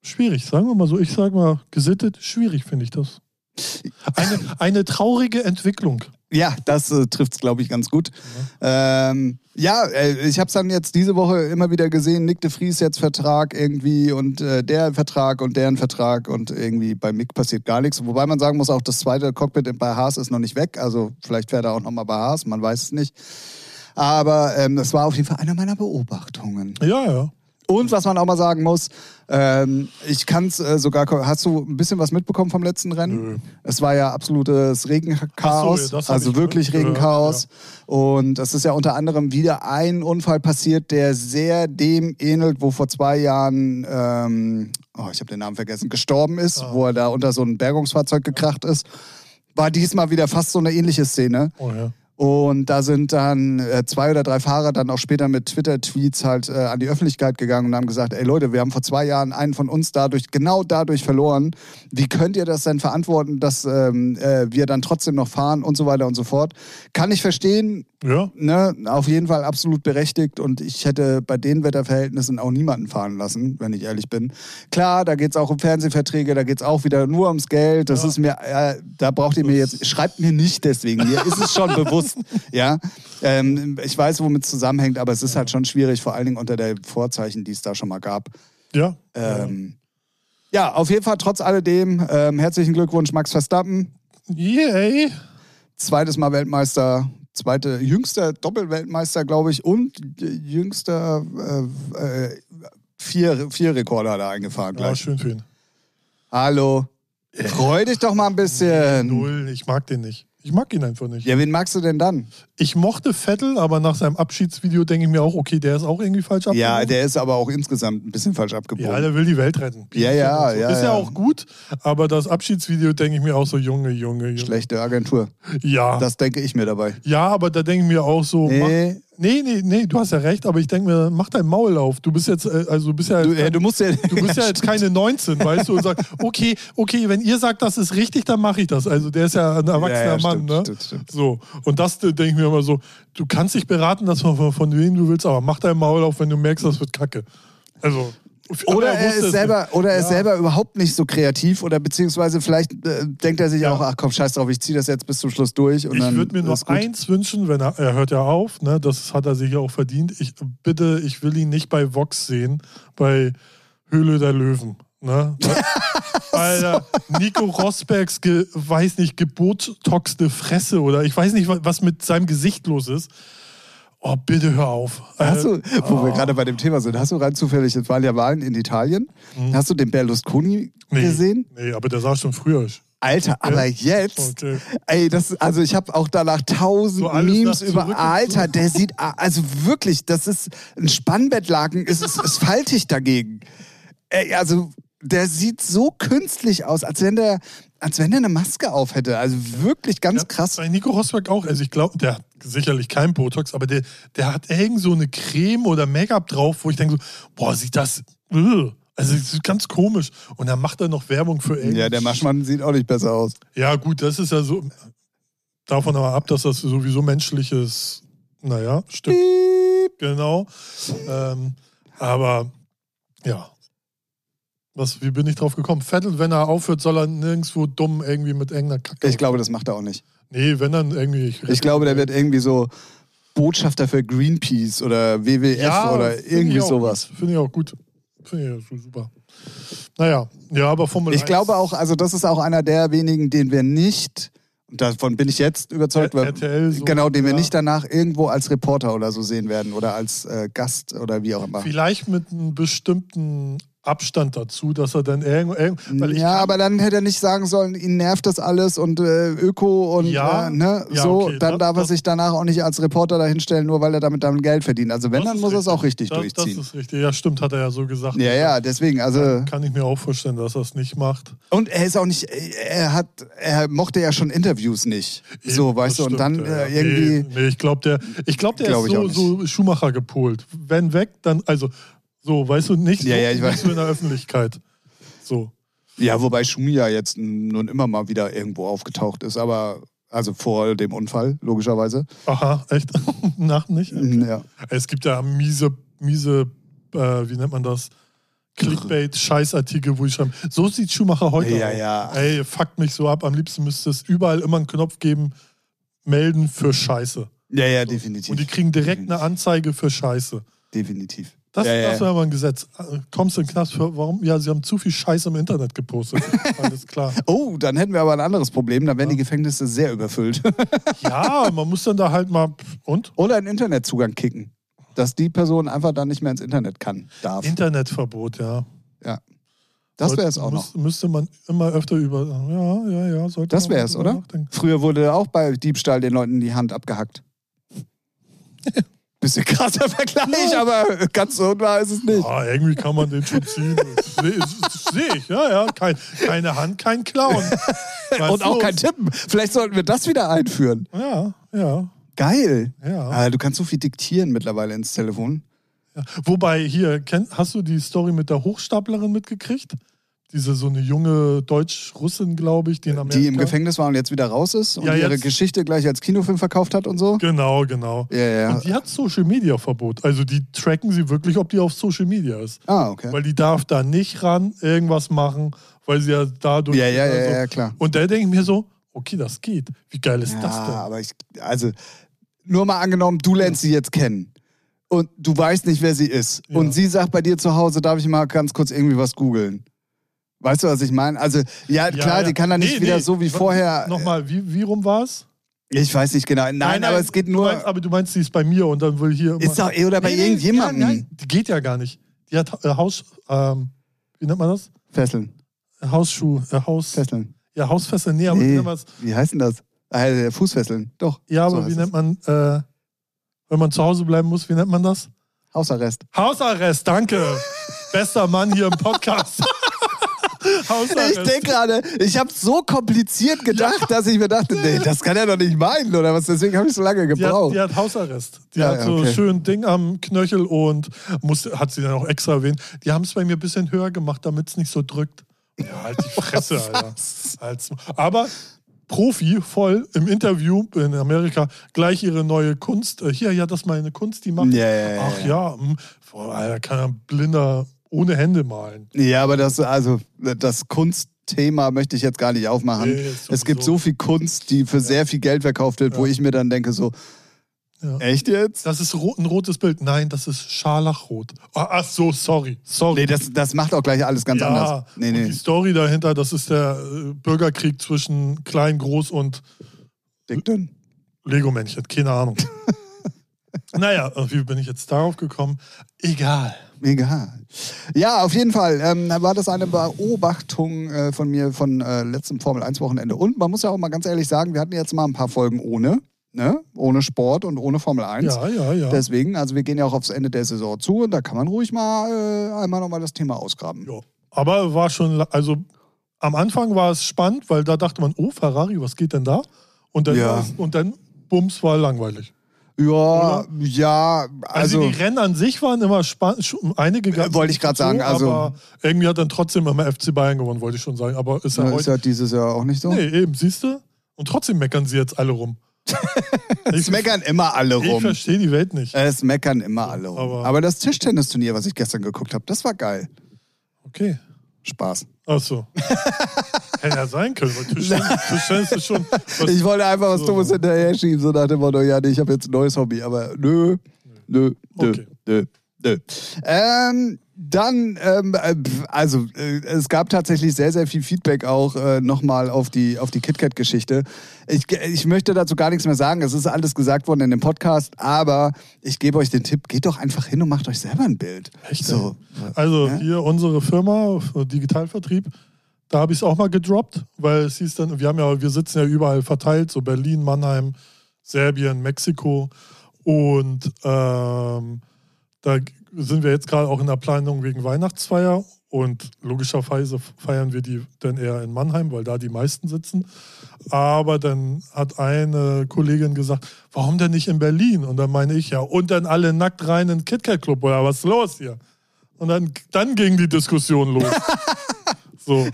B: schwierig, sagen wir mal so. Ich sage mal, gesittet, schwierig finde ich das. Eine, eine traurige Entwicklung.
A: Ja, das äh, trifft es, glaube ich, ganz gut. Ähm, ja, äh, ich habe es dann jetzt diese Woche immer wieder gesehen. Nick de Vries jetzt Vertrag irgendwie und äh, der Vertrag und deren Vertrag und irgendwie bei Mick passiert gar nichts. Wobei man sagen muss, auch das zweite Cockpit bei Haas ist noch nicht weg. Also vielleicht fährt er auch nochmal bei Haas, man weiß es nicht. Aber ähm, das war auf jeden Fall einer meiner Beobachtungen.
B: Ja, ja.
A: Und was man auch mal sagen muss, ähm, ich kann es äh, sogar. ko- Hast du ein bisschen was mitbekommen vom letzten Rennen?
B: Nö.
A: Es war ja absolutes
B: Ach
A: Regenchaos,
B: so, ja, das hab
A: also
B: ich
A: wirklich
B: gehört,
A: Regenchaos. Und es ist ja unter anderem wieder ein Unfall passiert, der sehr dem ähnelt, wo vor zwei Jahren, ähm, oh, ich habe den Namen vergessen, gestorben ist,
B: Ah.
A: wo er da unter so ein Bergungsfahrzeug gekracht ist. War diesmal wieder fast so eine ähnliche Szene.
B: Oh, ja.
A: Und da sind dann äh, zwei oder drei Fahrer dann auch später mit Twitter-Tweets halt äh, an die Öffentlichkeit gegangen und haben gesagt, ey Leute, wir haben vor zwei Jahren einen von uns dadurch, genau dadurch verloren. Wie könnt ihr das denn verantworten, dass ähm, äh, wir dann trotzdem noch fahren und so weiter und so fort? Kann ich verstehen,
B: ja.
A: ne? auf jeden Fall absolut berechtigt und ich hätte bei den Wetterverhältnissen auch niemanden fahren lassen, wenn ich ehrlich bin. Klar, da geht es auch um Fernsehverträge, da geht es auch wieder nur ums Geld. Das ist mir, äh, da braucht ihr mir jetzt, schreibt mir nicht deswegen, mir ist es schon bewusst. Ja? Ähm, ich weiß, womit es zusammenhängt, aber es ist halt schon schwierig, vor allen Dingen unter der Vorzeichen, die es da schon mal gab.
B: Ja.
A: Ähm, ja, auf jeden Fall trotz alledem, ähm, herzlichen Glückwunsch, Max Verstappen
B: Yay.
A: zweites Mal Weltmeister, zweite, jüngster Doppelweltmeister, glaube ich, und jüngster äh, äh, vier, vier Rekorde hat er eingefahren
B: Ja,
A: gleich.
B: schön für ihn.
A: Hallo. Freu dich doch mal ein bisschen.
B: Null, ich mag den nicht. Ich mag ihn einfach nicht.
A: Ja, wen magst du denn dann?
B: Ich mochte Vettel, aber nach seinem Abschiedsvideo denke ich mir auch, okay, der ist auch irgendwie falsch abgebogen.
A: Ja, der ist aber auch insgesamt ein bisschen falsch
B: ja,
A: abgebogen.
B: der will die Welt retten.
A: Ja, ja, ja,
B: Ist ja
A: ja.
B: auch gut, aber das Abschiedsvideo denke ich mir auch so, Junge, Junge, Junge.
A: Schlechte Agentur.
B: Ja.
A: Das denke ich mir dabei.
B: Ja, aber da denke ich mir auch so, mach,
A: Nee.
B: nee, nee, nee, du hast ja recht, aber ich denke mir, mach dein Maul auf. Du bist jetzt, äh, also du bist ja,
A: Du, ja, du musst ja.
B: du
A: [LAUGHS]
B: bist ja jetzt keine 19, weißt du, und sagst, okay, okay, wenn ihr sagt, das ist richtig, dann mache ich das. Also der ist ja ein erwachsener
A: Ja, ja,
B: Mann,
A: stimmt,
B: ne?
A: stimmt, stimmt.
B: So, und das äh, denke ich mir immer so, du kannst dich beraten, dass man von, von wem du willst, aber mach dein Maul auf, wenn du merkst, das wird kacke. Also, aber
A: Oder er
B: wusste
A: ist
B: es
A: selber,
B: nicht.
A: oder er ist
B: Ja.
A: selber überhaupt nicht so kreativ oder beziehungsweise vielleicht äh, denkt er sich
B: Ja.
A: auch, ach komm, scheiß drauf, ich ziehe das jetzt bis zum Schluss durch. Und
B: Ich
A: dann
B: würde mir nur
A: ist gut.
B: eins wünschen, wenn er, er hört ja auf, ne, das hat er sich ja auch verdient. Ich bitte, ich will ihn nicht bei Vox sehen, bei Höhle der Löwen.
A: [LAUGHS]
B: Ne? Alter, Nico Rosbergs, ge, weiß nicht, gebotoxte Fresse oder ich weiß nicht, wa- was mit seinem Gesicht los ist. Oh, bitte hör auf.
A: Hast
B: Äh,
A: du, wo wir gerade bei dem Thema sind, hast du rein zufällig, es waren ja Wahlen in Italien, hast du den Berlusconi
B: nee,
A: gesehen?
B: Nee, aber der sah schon früher.
A: Alter, aber jetzt,
B: Okay.
A: ey, das, also ich habe auch danach tausend
B: So alles
A: Memes
B: nach
A: über,
B: zurück und
A: Alter,
B: so.
A: der sieht, a- also wirklich, das ist ein Spannbettlaken, ist, ist, ist faltig dagegen. Ey, also der sieht so künstlich aus, als wenn der, als wenn der eine Maske auf hätte, also wirklich ganz
B: Ja,
A: krass.
B: Bei Nico Rosberg auch. Also ich glaube, der hat sicherlich keinen Botox, aber der, der hat irgend so eine Creme oder Make-up drauf, wo ich denke so, boah, sieht das. Äh. Also das ist ganz komisch. Und dann macht er noch Werbung für irgend-
A: Ja, der Maschmann sieht auch nicht besser aus.
B: Ja, gut, das ist ja so. Davon aber ab, dass das sowieso menschliches, naja, stimmt,
A: Hm.
B: genau. Ähm, aber ja. Was, wie bin ich drauf gekommen? Vettel, wenn er aufhört, soll er nirgendwo dumm irgendwie mit irgendeiner Kacke.
A: Ich glaube, das macht er auch nicht.
B: nee, wenn dann irgendwie.
A: Ich glaube, der wird irgendwie so Botschafter für Greenpeace oder WWF oder
B: finde
A: irgendwie
B: ich auch
A: sowas.
B: gut. Finde ich auch gut. Finde ich auch super. Naja, ja, aber Formel
A: Ich
B: 1
A: glaube auch, also das ist auch einer der wenigen, den wir nicht, und davon bin ich jetzt überzeugt, weil,
B: RTL so,
A: genau, den wir
B: ja.
A: nicht danach irgendwo als Reporter oder so sehen werden oder als äh, Gast oder wie auch immer.
B: Vielleicht mit einem bestimmten Abstand dazu, dass er dann irgendwo. irgend- weil ich
A: ja,
B: kann-
A: aber dann hätte er nicht sagen sollen, ihn nervt das alles und äh, Öko und
B: Ja,
A: äh, ne,
B: ja,
A: so.
B: okay,
A: Dann
B: das-
A: darf er
B: das-
A: sich danach auch nicht als Reporter dahinstellen, nur weil er damit dann Geld verdient. Also wenn,
B: das
A: dann
B: ist
A: muss er es auch richtig
B: das,
A: durchziehen.
B: Das ist richtig. Ja, stimmt, hat er ja so gesagt.
A: ja, ja, deswegen. Also
B: Kann ich mir auch vorstellen, dass er es nicht macht.
A: und er ist auch nicht, er hat, er mochte ja schon Interviews nicht. So,
B: Eben,
A: weißt du,
B: das
A: und dann
B: stimmt, ja,
A: äh,
B: ja.
A: irgendwie.
B: Nee, nee ich glaube, der, ich glaub, der
A: Glaub
B: ist
A: ich
B: so,
A: auch
B: so Schumacher gepolt. Wenn weg, dann, also, so, weißt du, nicht
A: Ja,
B: so,
A: ja, ich
B: nicht
A: weiß.
B: so in der Öffentlichkeit. So.
A: Ja, wobei Schumi ja jetzt nun immer mal wieder irgendwo aufgetaucht ist, aber also vor dem Unfall, logischerweise.
B: Aha, echt? [LAUGHS] Nach nicht?
A: Ja.
B: Es gibt ja miese, miese, äh, wie nennt man das? Clickbait-Scheißartikel, wo ich schreibe, so sieht Schumacher heute
A: Ja,
B: aus.
A: ja.
B: Ey, fuckt mich so ab. Am liebsten müsste es überall immer einen Knopf geben, melden für Scheiße.
A: Ja, ja, definitiv.
B: Und die kriegen direkt eine Anzeige für Scheiße.
A: Definitiv.
B: Das,
A: ja, ja.
B: das wäre mal ein Gesetz. Äh, Kommst du in den Knast für, warum? Ja, sie haben zu viel Scheiße im
A: [LAUGHS]
B: Internet gepostet. Alles klar.
A: Oh, dann hätten wir aber ein anderes Problem, dann wären die Gefängnisse sehr überfüllt. [LAUGHS]
B: Ja, man muss dann da halt mal, pff, und?
A: Oder einen Internetzugang kicken. Dass die Person einfach dann nicht mehr ins Internet kann, darf.
B: Internetverbot, ja.
A: Das
B: Sollte-
A: wäre es auch noch.
B: muss- Müsste man immer öfter über, ja, ja, ja, sollte
A: Das
B: man
A: wäre es,
B: drüber
A: oder?
B: nachdenken.
A: Früher wurde auch bei Diebstahl den Leuten die Hand abgehackt. Bisschen krasser Vergleich, aber ganz so unwahr ist es nicht.
B: Ah, irgendwie kann man den
A: [LAUGHS]
B: schon ziehen. Das Sehe das sehe ich, ja, ja. Kein, keine Hand,
A: [LAUGHS]
B: kein Clown. Weißt
A: Und auch
B: du?
A: kein Tippen. Vielleicht sollten wir das wieder einführen.
B: Ja, ja,
A: Geil.
B: ja.
A: Ah, du kannst so viel diktieren mittlerweile ins Telefon.
B: Wobei hier, kenn, hast du die Story mit der Hochstaplerin mitgekriegt? Diese so eine junge Deutsch-Russin, glaube ich, die in Amerika.
A: Die im Gefängnis war und jetzt wieder raus ist und
B: Ja,
A: ihre
B: jetzt-
A: Geschichte gleich als Kinofilm verkauft hat und so.
B: Genau, genau.
A: Ja, ja.
B: Und die hat Social Media Verbot. Also die tracken sie wirklich, ob die auf Social Media ist.
A: Ah, okay.
B: Weil die darf da nicht ran, irgendwas machen, weil sie ja dadurch.
A: Ja, ja, ja,
B: also-
A: ja, klar.
B: Und da denke ich mir so, okay, das geht. Wie geil ist
A: ja,
B: das denn?
A: aber ich, also, nur mal angenommen, du lernst sie jetzt kennen und du weißt nicht, wer sie ist.
B: Ja.
A: Und sie sagt bei dir zu Hause, darf ich mal ganz kurz irgendwie was googeln? Weißt du, was ich meine? Also, ja,
B: Ja,
A: klar,
B: ja.
A: die kann dann nicht
B: Nee,
A: wieder
B: nee.
A: so wie vorher.
B: Nochmal, wie, wie rum war es?
A: Ich weiß nicht genau. Nein, aber es geht nur.
B: Du meinst, aber du meinst, sie ist bei mir und dann will hier. immer-
A: Ist doch eh oder bei
B: Nee, nee,
A: irgendjemandem.
B: Ja, nein, die geht ja gar nicht. Die hat äh, Haus. Ähm, wie nennt man das?
A: Fesseln,
B: Hausschuh. Äh, Haus,
A: Fesseln.
B: ja, Hausfessel. Nee, aber wie
A: Nee.
B: nennt man's?
A: Wie heißt denn das? Ah, äh, Fußfesseln, doch.
B: Ja,
A: so
B: aber
A: heißt
B: wie
A: es.
B: nennt man. Äh, wenn man zu Hause bleiben muss, wie nennt man das?
A: Hausarrest. [LAUGHS]
B: Hausarrest, danke. Bester Mann hier im Podcast. [LAUGHS]
A: Ich
B: Hausarrest.
A: denke gerade, ich habe so kompliziert gedacht, dass ich mir dachte, nee, das kann er doch nicht meinen oder was, deswegen habe ich so lange
B: Die hat,
A: gebraucht.
B: die hat Hausarrest. Die
A: Ja,
B: hat
A: ja,
B: so
A: okay.
B: schön Ding am Knöchel und muss, hat sie dann auch extra erwähnt. Die haben es bei mir ein bisschen höher gemacht, damit es nicht so drückt. Ja, halt
A: [LAUGHS]
B: die Fresse, Alter. Als, aber Profi voll im Interview in Amerika gleich ihre neue Kunst. Äh, hier, ja, das ist meine Kunst, die macht.
A: Ja, ja, ja,
B: Ach ja, hm, boah, Alter, kann ein Blinder ohne Hände malen.
A: Ja, aber das, also, das Kunstthema möchte ich jetzt gar nicht aufmachen.
B: Nee, ist
A: es gibt so
B: sowieso-
A: viel Kunst, die für sehr viel Geld verkauft wird, wo ich mir dann denke, so,
B: Ja.
A: echt jetzt?
B: Das ist ro- ein rotes Bild. Nein, das ist scharlachrot. Ah, ach so, sorry. Sorry.
A: Nee, das, das macht auch gleich alles ganz
B: ja,
A: anders. Nee,
B: und
A: nee,
B: die Story dahinter, das ist der äh, Bürgerkrieg zwischen Klein, Groß und
A: dick dünn.
B: Lego-Männchen. Keine Ahnung.
A: [LAUGHS]
B: naja, äh, wie bin ich jetzt darauf gekommen? Egal.
A: Egal. Ja, auf jeden Fall ähm, war das eine Beobachtung äh, von mir von äh, letztem Formel-1-Wochenende. Und man muss ja auch mal ganz ehrlich sagen, wir hatten jetzt mal ein paar Folgen ohne, ne? ohne Sport und ohne Formel 1.
B: Ja, ja, ja.
A: Deswegen, also wir gehen ja auch aufs Ende der Saison zu und da kann man ruhig mal äh, einmal nochmal das Thema ausgraben.
B: Ja. Aber war schon, la- also am Anfang war es spannend, weil da dachte man, oh, Ferrari, was geht denn da? Und dann,
A: Ja.
B: war's- und dann bums, war langweilig.
A: Ja, ja,
B: Also,
A: also,
B: die Rennen an sich waren immer spannend. schon Einige ganz
A: wollte ich grad
B: so,
A: sagen, also-
B: aber irgendwie hat dann trotzdem immer FC Bayern gewonnen, wollte ich schon sagen. Aber ist ja
A: na,
B: heute.
A: ist ja dieses Jahr auch nicht so.
B: Nee, eben, siehst du? Und trotzdem meckern sie jetzt
A: [LAUGHS]
B: alle rum.
A: es meckern immer alle
B: Ich
A: rum.
B: verstehe die Welt nicht.
A: Es meckern immer alle rum.
B: aber-
A: Aber das Tischtennisturnier, was ich gestern geguckt habe, das war geil.
B: Okay.
A: Spaß.
B: Achso.
A: [LAUGHS]
B: Hätte ja sein können, weil Tischtennis Tischtennis ist schon. Was,
A: Ich wollte einfach was
B: So.
A: Dummes hinterher schieben, so nach dem Motto, ja, nee, ich habe jetzt ein neues Hobby, aber nö, nö, nö,
B: Okay.
A: nö, nö. Ähm, Dann, ähm, äh, also äh, es gab tatsächlich sehr, sehr viel Feedback auch äh, nochmal auf die, auf die KitKat-Geschichte. Ich, ich möchte dazu gar nichts mehr sagen, es ist alles gesagt worden in dem Podcast, aber ich gebe euch den Tipp, geht doch einfach hin und macht euch selber ein Bild.
B: Echt?
A: So.
B: Also
A: Ja.
B: hier unsere Firma, für Digitalvertrieb, da habe ich es auch mal gedroppt, weil es hieß dann, wir haben ja, wir sitzen ja überall verteilt, so Berlin, Mannheim, Serbien, Mexiko. Und ähm, da g- sind wir jetzt gerade auch in der Planung wegen Weihnachtsfeier und logischerweise f- feiern wir die dann eher in Mannheim, weil da die meisten sitzen. Aber dann hat eine Kollegin gesagt, warum denn nicht in Berlin? Und dann meine ich ja, und dann alle nackt rein in den KitKat Club oder was ist los hier? Und dann, dann ging die Diskussion
A: [LAUGHS]
B: los. so, ne?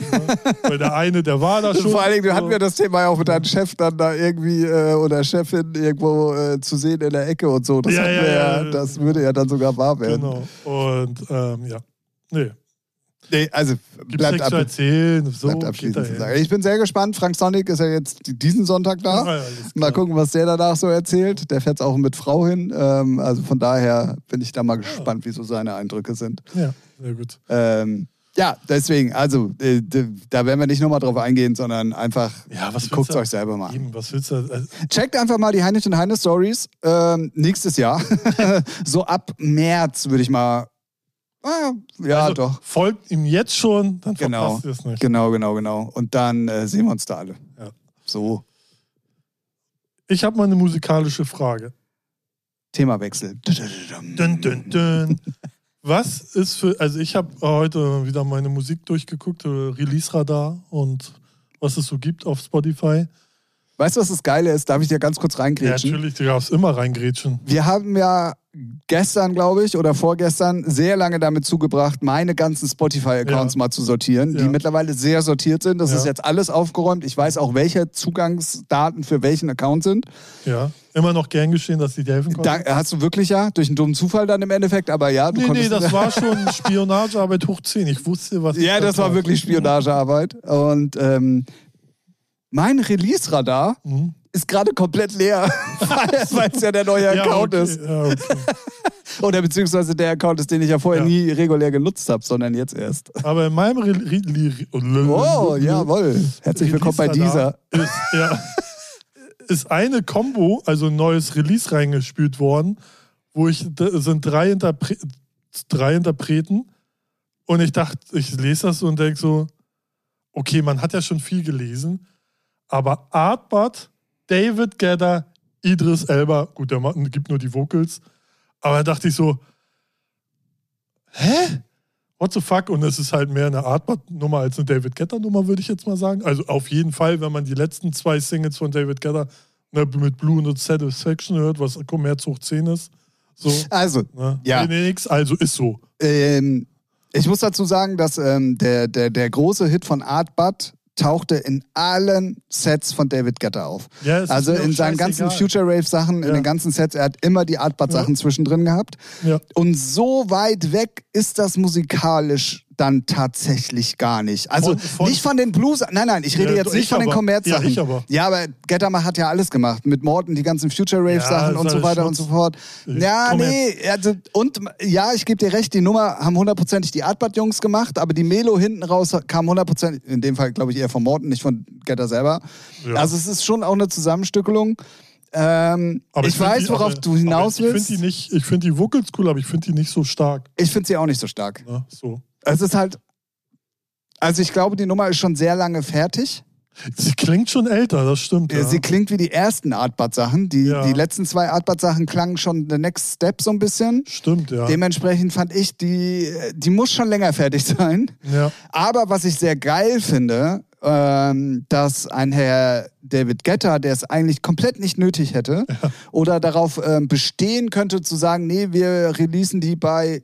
B: weil der eine, der war da schon.
A: Vor allen Dingen
B: so.
A: hatten wir das Thema ja auch mit deinem Chef dann da irgendwie äh, oder Chefin irgendwo äh, zu sehen in der Ecke und so. Das,
B: Ja,
A: hatten
B: ja,
A: wir
B: ja, ja.
A: das würde ja dann sogar wahr werden.
B: Genau. Und ähm, ja. Nee,
A: Nee, also
B: gibt's
A: bleibt,
B: nichts zu
A: ab,
B: erzählen. So,
A: bleibt
B: geht
A: abschließend zu
B: dahin.
A: sagen. Ich bin sehr gespannt. Frank Sonic ist ja jetzt diesen Sonntag da.
B: Ja, alles
A: Mal
B: klar.
A: gucken, was der danach so erzählt. Der fährt auch mit Frau hin. Ähm, also von daher bin ich da mal gespannt, wie so seine Eindrücke sind.
B: Ja, sehr gut.
A: Ähm, ja, deswegen, also äh, d- da werden wir nicht nochmal drauf eingehen, sondern einfach
B: Ja, was willst
A: guckt
B: du-
A: euch selber mal an.
B: Eben, was willst du? Also,
A: Checkt einfach mal die Heinrich und Heine Stories ähm, nächstes Jahr. [LAUGHS] so ab März würde ich mal. Ah, ja,
B: also,
A: doch.
B: Folgt ihm jetzt schon, dann
A: Genau.
B: verpasst ihr es nicht.
A: Genau, genau, genau. Und dann äh, sehen wir uns da alle.
B: Ja.
A: So,
B: Ich habe mal eine musikalische Frage.
A: Themawechsel.
B: Dün, dün,
A: [LAUGHS]
B: dün. Was ist für, also ich habe heute wieder meine Musik durchgeguckt, äh, Release-Radar und was es so gibt auf Spotify.
A: Weißt du, was das Geile ist? Darf ich dir ganz kurz
B: Ja,
A: reingrätschen?
B: natürlich, du darfst immer reingrätschen.
A: Wir haben ja gestern, glaube ich, oder vorgestern sehr lange damit zugebracht, meine ganzen Spotify-Accounts
B: Ja.
A: mal zu sortieren, die
B: Ja.
A: mittlerweile sehr sortiert sind. Das
B: Ja.
A: ist jetzt alles aufgeräumt. Ich weiß auch, welche Zugangsdaten für welchen Account sind.
B: Ja, immer noch gern geschehen, dass sie dir helfen konnten.
A: Da, hast du wirklich ja, durch einen dummen Zufall dann im Endeffekt, aber ja, du
B: Nee, nee,
A: konntest. [LAUGHS]
B: das war schon Spionagearbeit hoch 10. Ich wusste, was. ich
A: ja,
B: da
A: das war
B: tat.
A: wirklich Spionagearbeit. Und ähm, mein Release-Radar
B: Mhm.
A: ist gerade komplett leer, [LAUGHS] weil- weil es ja der neue
B: Ja,
A: Account
B: okay,
A: ist.
B: Ja, okay.
A: Oder beziehungsweise der Account ist, den ich ja vorher
B: Ja.
A: nie regulär genutzt habe, sondern jetzt erst.
B: Aber in meinem Re Re Re
A: [LAUGHS] Oh, jawohl. Herzlich willkommen bei dieser.
B: Release-Radar Ist, ja, ist eine Combo, also ein neues Release reingespült worden, wo ich d- sind drei, Interpre drei Interpreten und ich dachte, ich lese das so und denke so, okay, man hat ja schon viel gelesen, aber Artbot, David Gedder, Idris Elba, gut, der ma- gibt nur die Vocals, aber da dachte ich so, hä? What the fuck? Und es ist halt mehr eine Artbot-Nummer als eine David Getter-Nummer, würde ich jetzt mal sagen. Also auf jeden Fall, wenn man die letzten zwei Singles von David Getter ne, mit Blue und Satisfaction hört, was Kommerz hoch 10 ist. So,
A: Also,
B: ne?
A: Ja.
B: Nee, nee, nix, also ist so.
A: ähm, ich muss dazu sagen, dass ähm, der, der, der große Hit von Art Bud tauchte in allen Sets von David Guetta auf.
B: Ja, es ist
A: Also
B: mir auch
A: in seinen ganzen
B: scheißegal.
A: Future Rave Sachen, in
B: Ja.
A: den ganzen Sets, er hat immer die Art Bud Sachen zwischendrin gehabt.
B: Ja.
A: Und so weit weg ist das musikalisch dann tatsächlich gar nicht. Also
B: Von- von-
A: nicht von den Blues, nein, nein, ich rede
B: Ja,
A: jetzt
B: doch,
A: nicht
B: ich
A: von den
B: aber.
A: Kommerzsachen.
B: Ja, ich aber.
A: Ja, aber Gettermer hat ja alles gemacht. Mit Morton die ganzen Future Rave Sachen
B: Ja,
A: und
B: ist
A: so
B: alles
A: weiter und
B: Schmutz.
A: so fort.
B: Äh,
A: Ja,
B: Kommerz.
A: nee, also, und ja, ich gebe dir recht, die Nummer haben hundertprozentig die Artbad Jungs gemacht, aber die Melo hinten raus kam hundertprozentig, in dem Fall glaube ich eher von Morton, nicht von Getter selber.
B: Ja.
A: Also es ist schon auch eine Zusammenstückelung. Ähm, ich,
B: find
A: weiß,
B: die-
A: worauf
B: aber-
A: du hinaus
B: aber Ich
A: willst.
B: finde die, nicht- ich find die Vocals cool, aber ich finde die nicht so stark.
A: Ich finde sie auch nicht so stark.
B: Ne? So.
A: Es ist halt. Also ich glaube, die Nummer ist schon sehr lange fertig.
B: Sie klingt schon älter, das stimmt. Ja.
A: Sie klingt wie die ersten Artbad-Sachen. Die,
B: Ja.
A: die letzten zwei Artbad-Sachen klangen schon The Next Step so ein bisschen.
B: stimmt, ja.
A: Dementsprechend fand ich, die, die muss schon länger fertig [LAUGHS] sein.
B: ja.
A: Aber was ich sehr geil finde, ähm, dass ein Herr David Getter, der es eigentlich komplett nicht nötig hätte, oder darauf ähm, bestehen könnte zu sagen, nee, wir releasen die bei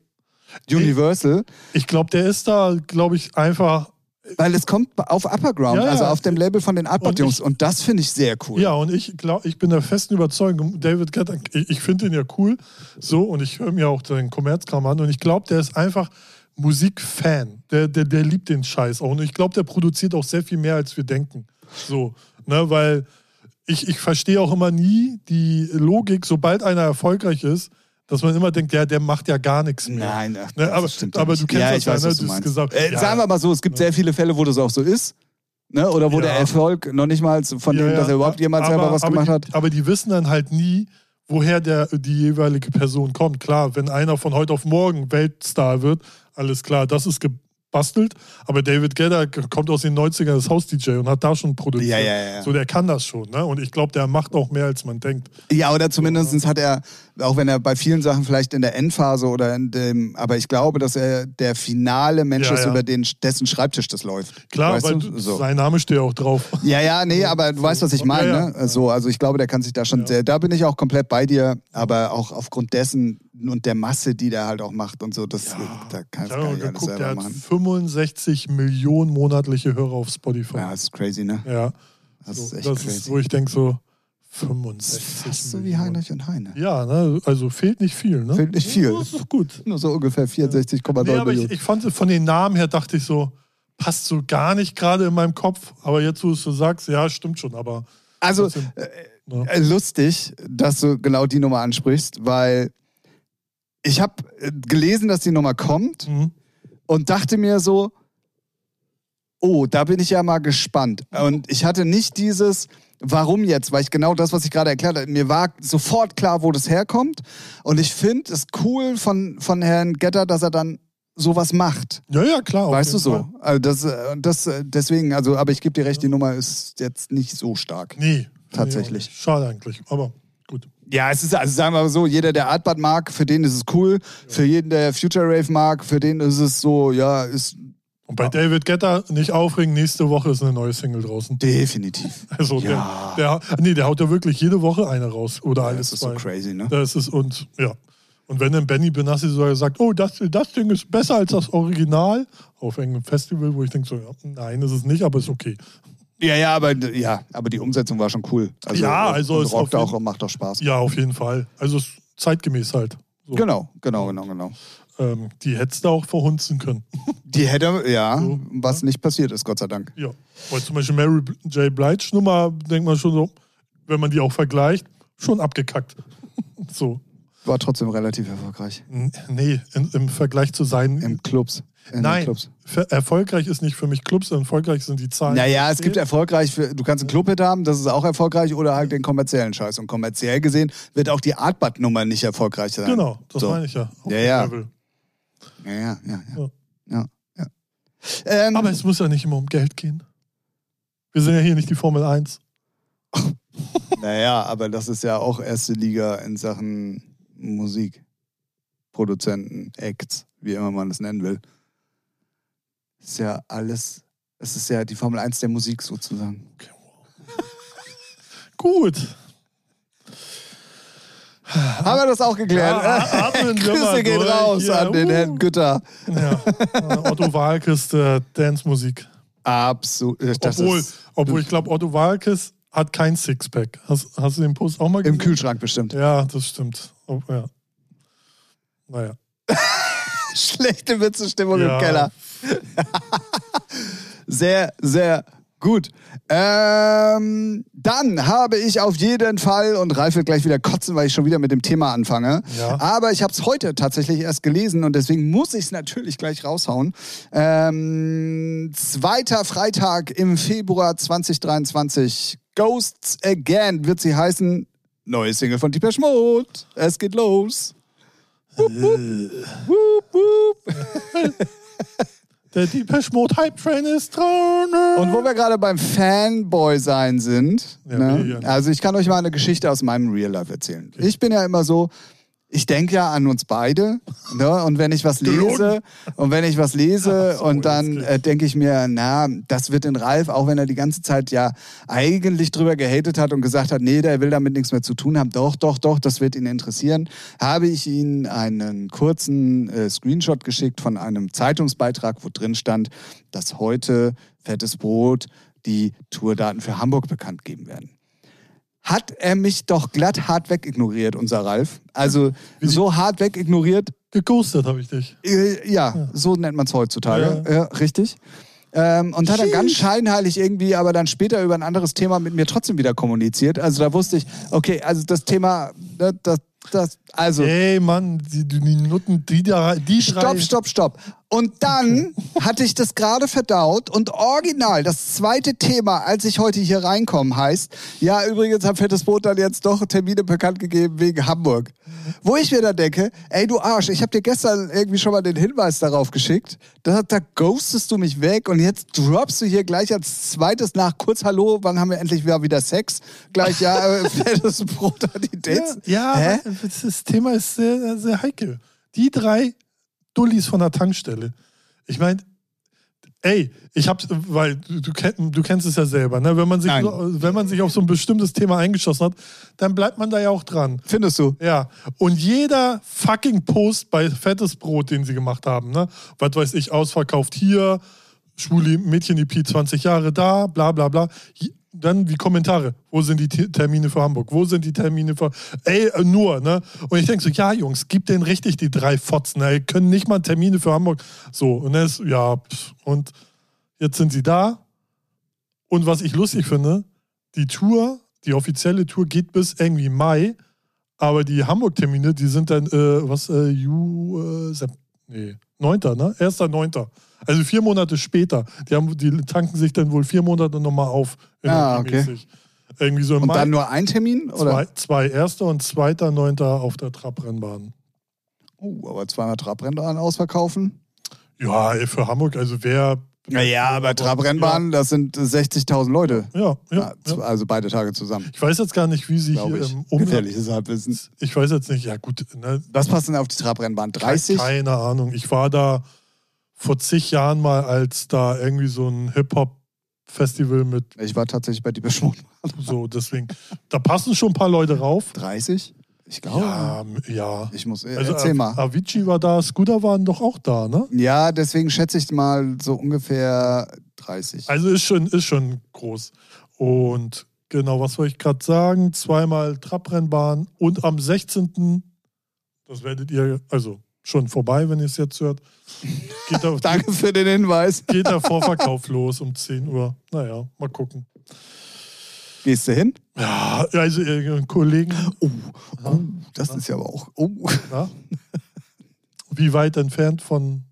A: Universal,
B: Ich glaube, der ist da, glaube ich, einfach
A: weil es kommt auf Upperground,
B: Ja, ja.
A: also auf dem Label von den
B: Und
A: Upper-Jungs.
B: ich-
A: Und, das finde ich sehr cool.
B: Ja, und ich glaube, ich bin der festen Überzeugung, David Guetta, ich, ich finde ihn ja cool, so, und ich höre mir auch seinen Kommerzkram an, und ich glaube, der ist einfach Musikfan. Der, der, der liebt den Scheiß auch. Und ich glaube, der produziert auch sehr viel mehr, als wir denken. So, ne, weil ich, ich verstehe auch immer nie die Logik, sobald einer erfolgreich ist, Dass man immer denkt, ja, der macht ja gar nichts mehr.
A: Nein, ach,
B: Ne,
A: das
B: aber-
A: stimmt
B: aber
A: nicht.
B: du kennst
A: ja,
B: das
A: ich
B: ja,
A: weiß,
B: ne?
A: was du
B: Das
A: meinst.
B: gesagt-
A: äh,
B: Ja.
A: Sagen wir mal so, es gibt sehr viele Fälle, wo das auch so ist. Ne? Oder wo
B: Ja.
A: der Erfolg noch nicht mal von
B: Ja,
A: dem,
B: ja,
A: dass er überhaupt
B: ja,
A: jemals selber was
B: aber
A: gemacht
B: die,
A: hat.
B: Aber die wissen dann halt nie, woher der, die jeweilige Person kommt. Klar, wenn einer von heute auf morgen Weltstar wird, alles klar, das ist gebastelt. Aber David Gedder k- kommt aus den 90ern als Haus-DJ und hat da schon produziert.
A: Ja, ja, ja.
B: So, der kann das schon. Ne? Und ich glaube, der macht auch mehr, als man denkt.
A: Ja, oder zumindest hat er, auch wenn er bei vielen Sachen vielleicht in der Endphase oder in dem, aber ich glaube, dass er der finale Mensch
B: Ja,
A: ist,
B: ja.
A: über den, dessen Schreibtisch das läuft.
B: Klar,
A: weißt
B: weil
A: du?
B: du-
A: So.
B: sein Name steht ja auch drauf. [LAUGHS]
A: Ja, ja, nee, aber du weißt, was ich
B: Ja,
A: meine.
B: ja.
A: Ne? So, also ich glaube, der kann sich da schon sehr, da bin ich auch komplett bei dir, aber auch aufgrund dessen und der Masse, die der halt auch macht und so, das da
B: Ich
A: kannst du
B: habe
A: gar
B: mal
A: nicht alles
B: geguckt, der
A: selber
B: hat
A: machen.
B: 65 Millionen monatliche Hörer auf Spotify.
A: Ja, das ist crazy, ne?
B: Ja,
A: Das
B: so,
A: ist echt
B: das ist,
A: crazy.
B: wo ich denke, so
A: das ist
B: 65.
A: fast so wie
B: Millionen.
A: Heinrich und Heine.
B: Ja, ne? also fehlt nicht viel. Ne?
A: Fehlt nicht viel.
B: Das ist doch gut.
A: Nur so ungefähr 64,9
B: Nee, aber ich,
A: Millionen.
B: ich fand von den Namen her, dachte ich so, passt so gar nicht gerade in meinem Kopf. Aber jetzt, wo du es so sagst, ja, stimmt schon. Aber
A: also,
B: trotzdem, ne?
A: Äh, lustig, dass du genau die Nummer ansprichst, weil ich habe gelesen, dass die Nummer kommt
B: Mhm.
A: und dachte mir so, oh, da bin ich ja mal gespannt. Und ich hatte nicht dieses, warum jetzt, weil ich genau das, was ich gerade erklärt habe, mir war sofort klar, wo das herkommt. Und ich finde es cool von, von Herrn Getter, dass er dann sowas macht.
B: ja, ja, klar. auf
A: weißt du
B: jeden
A: so?
B: Fall.
A: Also das, äh, das, äh, deswegen, also, aber ich gebe dir recht, die Nummer ist jetzt nicht so stark.
B: Nee.
A: Tatsächlich.
B: Nee, schade eigentlich. Aber gut.
A: Ja, es ist, also sagen wir mal so, jeder, der Artbad mag, für den ist es cool. Für jeden, der Future Rave mag, für den ist es so, ja, ist
B: Und bei David Getter nicht aufregen, nächste Woche ist eine neue Single
A: [LAUGHS]
B: draußen.
A: definitiv.
B: Also
A: Ja.
B: der, der, nee, der haut ja wirklich jede Woche eine raus. Oder alle
A: Das ist so
B: zwei.
A: crazy, ne?
B: Das ist und ja. Und wenn dann Benny Benassi sogar sagt, oh, das, das Ding ist besser als das Original auf irgendeinem Festival, wo ich denke so, ja, nein, ist es nicht, aber ist okay.
A: Ja, ja, aber, ja, aber die Umsetzung war schon cool. Also,
B: Ja, also
A: und
B: ist
A: rockt
B: auf
A: auch
B: jeden-
A: und macht auch Spaß.
B: Ja, auf jeden Fall. Also es ist zeitgemäß halt. So,
A: Genau, genau, genau, genau.
B: ähm, die hättest du auch verhunzen können.
A: Die hätte, ja,
B: So, ne?
A: was nicht passiert ist, Gott sei Dank.
B: ja. Weil zum Beispiel Mary J. Blige Nummer, denkt man schon so, wenn man die auch vergleicht, schon abgekackt. [LAUGHS] so.
A: War trotzdem relativ erfolgreich.
B: N- Nee, in, im Vergleich zu seinen
A: Im Clubs. In den
B: Nein,
A: Clubs.
B: ver- erfolgreich ist nicht für mich Clubs, erfolgreich sind die Zahlen.
A: Naja, es gibt erfolgreich, für, du kannst einen Clubhit haben, das ist auch erfolgreich, oder halt den kommerziellen Scheiß. Und kommerziell gesehen wird auch die Artbad-Nummer nicht erfolgreich sein.
B: Genau, das
A: So.
B: meine ich ja. Auf
A: Ja,
B: dem
A: ja.
B: Level.
A: Ja, ja, ja. ja.
B: Ja.
A: ja. ja. Ähm,
B: Aber es muss ja nicht immer um Geld gehen. Wir sind ja hier nicht die Formel 1.
A: naja, aber das ist ja auch erste Liga in Sachen Musik, Produzenten, Acts, wie immer man es nennen will. Ist ja alles, es ist ja die Formel 1 der Musik sozusagen.
B: Gut.
A: Haben wir das auch geklärt?
B: Ja,
A: [LAUGHS]
B: atmen wir
A: Grüße
B: mal
A: gehen
B: durch.
A: raus
B: Ja,
A: an den
B: uh.
A: Herrn Gütter.
B: Ja. Äh,
A: [LAUGHS]
B: Otto Walkes, äh, Dance-Musik.
A: Absolut. Das
B: Obwohl,
A: ist
B: obwohl ich glaube, Otto Walkes hat kein Sixpack. Hast, hast du den Post auch mal
A: im
B: gesehen?
A: Kühlschrank bestimmt. [LAUGHS]
B: Ja, das stimmt. Oh, ja. Naja.
A: Schlechte Witze-Stimmung
B: Ja.
A: im Keller. sehr, sehr gut. Ähm, dann habe ich auf jeden Fall, und Ralf wird gleich wieder kotzen, weil ich schon wieder mit dem Thema anfange.
B: Ja.
A: Aber ich habe es heute tatsächlich erst gelesen und deswegen muss ich es natürlich gleich raushauen. Ähm, zweiter Freitag im Februar 2023. Ghosts Again wird sie heißen. Neue Single von Deepesh Mode. Es geht los. Wup, wup.
B: Der Deepesh Mode Hype Train ist dran.
A: Und wo wir gerade beim Fanboy sein sind,
B: Ja, will ich
A: ne?
B: ja nicht.
A: also ich kann euch mal eine Geschichte aus meinem Real Life erzählen. Ich bin ja immer so, ich denke ja an uns beide, ne? Und wenn ich was lese
B: Gelogen.
A: und wenn ich was lese
B: Ach so,
A: und dann
B: jetzt
A: äh, denke ich mir, na, das wird den Ralf, auch wenn er die ganze Zeit ja eigentlich drüber gehatet hat und gesagt hat, nee, der will damit nichts mehr zu tun haben. Doch, doch, doch, das wird ihn interessieren. Habe ich ihm einen kurzen äh, Screenshot geschickt von einem Zeitungsbeitrag, wo drin stand, dass heute fettes Brot die Tourdaten für Hamburg bekannt geben werden hat er mich doch glatt hart weg ignoriert, unser Ralf. Also so hart weg ignoriert,
B: Geghostet habe ich dich.
A: äh, ja, so nennt man es heutzutage, ja. richtig. Ähm, und hat dann ganz scheinheilig irgendwie, aber dann später über ein anderes Thema mit mir trotzdem wieder kommuniziert. Also da wusste ich, okay, also das Thema, ne, das, Das, also,
B: Ey, Mann, die, die Nutten, die da die
A: Stopp,
B: drei-
A: stopp, stopp. Und dann [LAUGHS] hatte ich das gerade verdaut und original, das zweite Thema, als ich heute hier reinkomme, heißt, ja, übrigens hat Fettes Brot dann jetzt doch Termine bekannt gegeben wegen Hamburg. Wo ich mir dann denke, ey, du Arsch, ich habe dir gestern irgendwie schon mal den Hinweis darauf geschickt, da, da ghostest du mich weg und jetzt droppst du hier gleich als zweites nach kurz Hallo, wann haben wir endlich wieder, wieder Sex? Gleich, ja,
B: [LAUGHS]
A: äh, [LAUGHS] Fettes Brot hat die Dates.
B: Ja,
A: Hä?
B: ja das, das Thema ist sehr, sehr heikel. Die drei Dullis von der Tankstelle. Ich meine, ey, ich hab's, weil du, du, kenn- du kennst es ja selber, ne? Wenn man, sich,
A: Nein.
B: so- wenn man sich auf so ein bestimmtes Thema eingeschossen hat, dann bleibt man da ja auch dran.
A: Findest du?
B: Ja, und jeder fucking Post bei Fettes Brot, den sie gemacht haben, ne? Was weiß ich, ausverkauft hier, schwule Mädchen-EP 20 Jahre da, bla bla bla. Je- Dann die Kommentare. Wo sind die Te- Termine für Hamburg? Wo sind die Termine für. Ey, äh, nur, ne? Und ich denke so, ja, Jungs, gib denen richtig die drei Fotzen, ne? ey, können nicht mal Termine für Hamburg. So, und dann ist, ja, pff, und jetzt sind sie da. Und was ich lustig finde, die Tour, die offizielle Tour geht bis irgendwie Mai. Aber die Hamburg-Termine, die sind dann, äh, was, äh, Ju, äh, Sep nee, 9., ne? 1.9. Also vier Monate später. Die, haben, die tanken sich dann wohl vier Monate nochmal auf.
A: Ah, okay.
B: energiemäßig. Irgendwie so im
A: Und
B: Mai.
A: dann nur ein Termin? Oder?
B: zwei, zwei erste und zweiter, neunter auf der Trabrennbahn.
A: Oh, aber 200 Trabrennbahnen ausverkaufen?
B: Ja, ey, für Hamburg, also wer.
A: Naja, aber Trabrennbahnen, das sind äh, 60.000 Leute.
B: Ja, ja,
A: Ja,
B: ja.
A: z- Also beide Tage zusammen,
B: Ich weiß jetzt gar nicht, wie ähm, sie hier
A: glaube ich.
B: im Umland.
A: Gefährliches Halbwissen.
B: Ich weiß jetzt nicht, ja gut, ne,
A: Was passt denn auf die Trabrennbahn? 30?
B: Keine Ahnung. Ich war da vor zig Jahren mal, als da irgendwie so ein Hip-Hop-Festival
A: [LAUGHS]
B: mit
A: Ich war tatsächlich bei die [LAUGHS] Beschmut.
B: so, deswegen. Da passen schon ein paar Leute rauf.
A: 30? Ich glaube.
B: Ja, m- ja.
A: Ich muss, äh,
B: Also
A: erzähl
B: Av-
A: mal.
B: Avicii war da, Scooter waren doch auch da, ne?
A: Ja, deswegen schätze ich mal so ungefähr 30.
B: Also ist schon, ist schon groß. Und genau, was wollte ich gerade sagen? Zweimal Trabrennbahn und am 16. Das werdet ihr, also schon vorbei, wenn ihr es jetzt hört. Geht auf,
A: [LAUGHS] Danke für den Hinweis.
B: geht der Vorverkauf los um 10 Uhr. Naja, mal gucken.
A: Gehst du hin?
B: Ja, also irgendeinen Kollegen.
A: Oh, oh das ist ja aber auch oh, [LAUGHS]
B: Na? Wie weit entfernt von,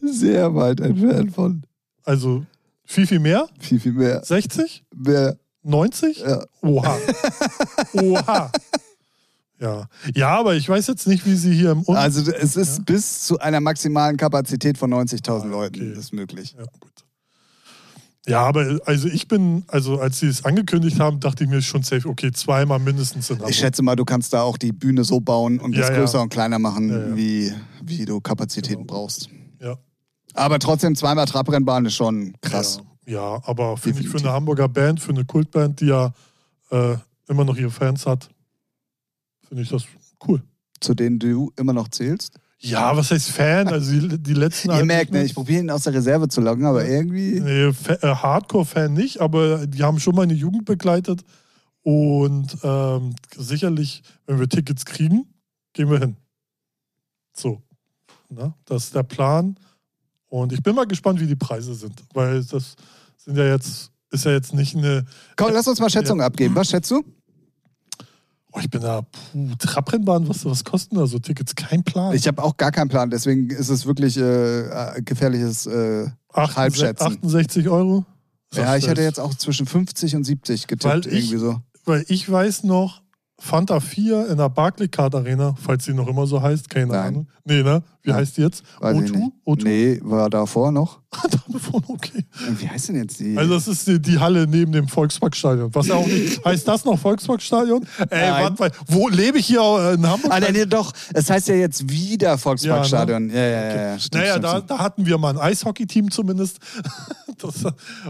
A: sehr weit entfernt von
B: also viel, viel mehr?
A: viel, viel mehr.
B: 60?
A: mehr
B: 90?
A: ja.
B: Oha. Oha. Ja. ja, aber ich weiß jetzt nicht, wie sie hier im Un
A: Also es ist
B: Ja.
A: bis zu einer maximalen Kapazität von 90.000
B: Ah, okay.
A: Leuten ist möglich.
B: Ja, gut. Ja, aber also ich bin, also als sie es angekündigt haben, dachte ich mir schon safe, okay, zweimal mindestens in Hamburg.
A: Ich schätze mal, du kannst da auch die Bühne so bauen und
B: Ja,
A: das
B: ja.
A: größer und kleiner machen,
B: Ja, ja.
A: Wie, wie du Kapazitäten brauchst.
B: Ja.
A: Aber trotzdem zweimal Trabrennbahn ist schon krass.
B: Ja, ja aber finde ich für
A: Definitiv.
B: eine Hamburger Band, für eine Kultband, die ja äh, immer noch ihre Fans hat, finde ich das cool.
A: Zu denen du immer noch zählst.
B: Ja, was heißt Fan? Also die, die
A: [LAUGHS]
B: letzten.
A: Ihr
B: Alben-
A: merkt, ne, ich probiere ihn aus der Reserve zu locken, aber irgendwie.
B: Nee, Fa- äh, Hardcore-Fan nicht, aber die haben schon meine Jugend begleitet. Und ähm, sicherlich, wenn wir Tickets kriegen, gehen wir hin. So. Na, das ist der Plan. Und ich bin mal gespannt, wie die Preise sind. Weil das sind ja jetzt, ist ja jetzt nicht eine
A: Komm, lass uns mal Schätzungen abgeben. Was schätzt du?
B: Oh, ich bin da, puh, Trabrennbahn, was, was kosten da so Tickets? Kein Plan.
A: Ich habe auch gar keinen Plan, deswegen ist es wirklich äh, äh, gefährliches. Äh,
B: Achtund-
A: Halbschätzen.
B: 68 Euro? Ist
A: ja,
B: das
A: ich hätte
B: safe?
A: jetzt auch zwischen 50 und 70 getippt,
B: Weil ich-
A: irgendwie so.
B: Weil ich weiß noch, Fanta 4 in der Barclaycard Arena, falls sie noch immer so heißt, keine
A: Nein.
B: Ahnung. Nee, ne? Wie
A: Ja.
B: heißt die jetzt?
A: Weiß ich
B: O2?
A: nicht.
B: O2?
A: Nee, war davor noch.
B: [LAUGHS] Telefon, okay.
A: Wie heißt denn jetzt die?
B: Also das ist die, die Halle neben dem Volksparkstadion. Was ja
A: [LAUGHS]
B: auch nicht, heißt das noch Volksparkstadion? Ey,
A: Nein.
B: warte mal, wo lebe ich hier äh, in Hamburg?
A: Ah, nee, nee, doch. Es heißt ja jetzt wieder Volksparkstadion. Ja, ja, ja. ja. Äh, Stimmt,
B: ne? Genau. naja,
A: stimmt,
B: da,
A: stimmt.
B: da hatten wir mal ein Eishockey-Team zumindest. [LAUGHS] Das,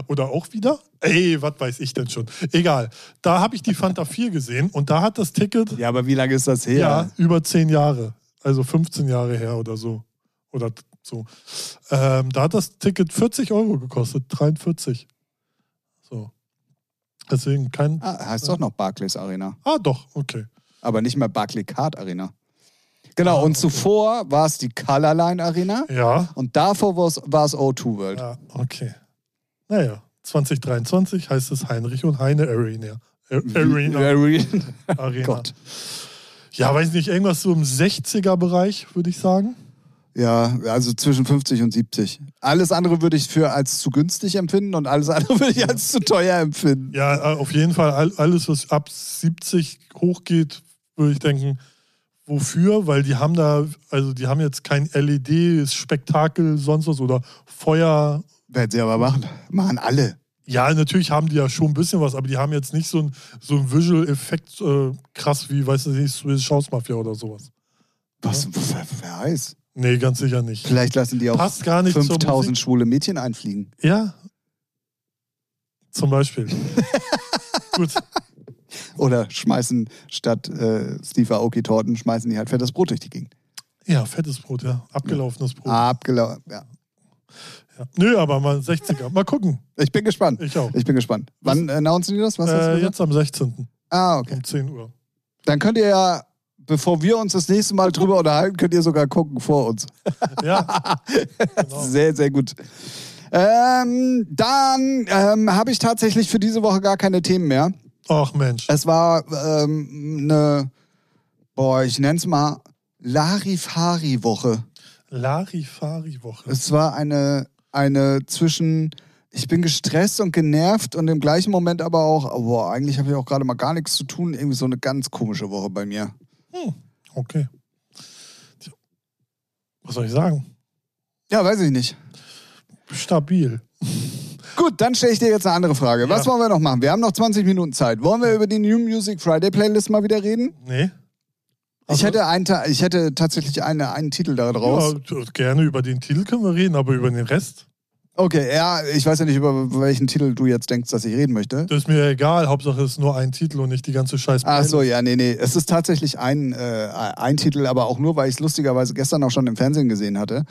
B: oder auch wieder? Ey, was weiß ich denn schon. Egal. Da habe ich die Fanta 4 gesehen und da hat das Ticket ja.
A: Ja, aber wie lange ist das her?
B: über 10 Jahre, also 15 Jahre her oder so. Oder t- so. Ähm, da hat das Ticket 40 Euro gekostet, 43. So. Deswegen kein.
A: Ah, heißt doch noch Barclays Arena.
B: Ah, doch, okay.
A: Aber nicht mehr Barclaycard Arena. Genau, und
B: Ah,
A: zuvor war es die Colorline Arena
B: Ja.
A: und davor war es- war es O2 World.
B: Ja, okay. Naja, 2023 heißt es Heinrich und Heine Arena. Ar-
A: Wie- [LAUGHS]
B: Arena.
A: Arena.
B: Arena.
A: Gott.
B: Ja, weiß nicht, irgendwas so im 60er-Bereich, würde ich sagen.
A: Ja, also zwischen 50 und 70. Alles andere würde ich für als zu günstig empfinden und alles andere [LAUGHS] würde ich als zu teuer empfinden.
B: Ja, äh, auf jeden Fall all- alles, was ab 70 hochgeht, würde ich denken, wofür? Weil die haben da, also die haben jetzt kein LED-Spektakel, sonst was oder Feuer.
A: Werden sie aber machen. Machen alle.
B: Ja, natürlich haben die ja schon ein bisschen was, aber die haben jetzt nicht so ein, so ein Visual-Effekt äh, krass wie, weiß ich nicht, Swedish House Mafia oder sowas.
A: Was, wer, wer weiß.
B: Nee, ganz sicher nicht.
A: Vielleicht lassen die auch
B: Passt gar nicht zur
A: 5000
B: Musik.
A: schwule Mädchen einfliegen.
B: Ja. Zum Beispiel. [LAUGHS] Gut.
A: Oder schmeißen statt äh, Steve Aoki-Torten, schmeißen die halt fettes Brot durch die Gegend.
B: Ja, fettes Brot, ja. Abgelaufenes Brot.
A: Ah. Abgelaufen. Ja.
B: Ja. Nö, aber mal 60er. Mal gucken.
A: Ich bin gespannt.
B: Ich auch.
A: Ich bin gespannt. Wann announcen die das? Was hast du
B: äh,
A: gesagt?
B: jetzt am 16.
A: Ah, okay.
B: um 10 Uhr.
A: Dann könnt ihr ja, bevor wir uns das nächste Mal drüber unterhalten, könnt ihr sogar gucken vor
B: [LAUGHS]
A: uns. [LAUGHS]
B: Ja, genau.
A: Sehr, sehr gut. Ähm, dann ähm, habe ich tatsächlich für diese Woche gar keine Themen mehr.
B: Ach Mensch.
A: Es war ähm, eine, boah, ich nenne es mal Larifari-Woche.
B: Larifari-Woche.
A: Es war eine, eine zwischen, ich bin gestresst und genervt und im gleichen Moment aber auch, boah, eigentlich habe ich auch gerade mal gar nichts zu tun. Irgendwie so eine ganz komische Woche bei mir.
B: Okay. Tja. Was soll ich sagen?
A: Ja, weiß ich nicht.
B: Stabil.
A: Gut, dann stelle ich dir jetzt eine andere Frage. Was
B: Ja.
A: wollen wir noch machen? Wir haben noch 20 Minuten Zeit. Wollen wir über die New Music Friday Playlist mal wieder reden?
B: Nee?
A: Ich
B: Also-
A: hätte, einen, Ta- ich hätte tatsächlich eine, einen Titel da draus.
B: Ja, gerne über den Titel können wir reden, aber über den Rest,
A: Okay, ja, ich weiß ja nicht, über welchen Titel du jetzt denkst, dass ich reden möchte.
B: das ist mir egal. Hauptsache es ist nur ein Titel und nicht die ganze scheiß
A: Ach so,
B: Playlist.
A: ja, nee, nee. Es ist tatsächlich ein, äh, ein Titel, aber auch nur, weil ich es lustigerweise gestern auch schon im Fernsehen gesehen hatte.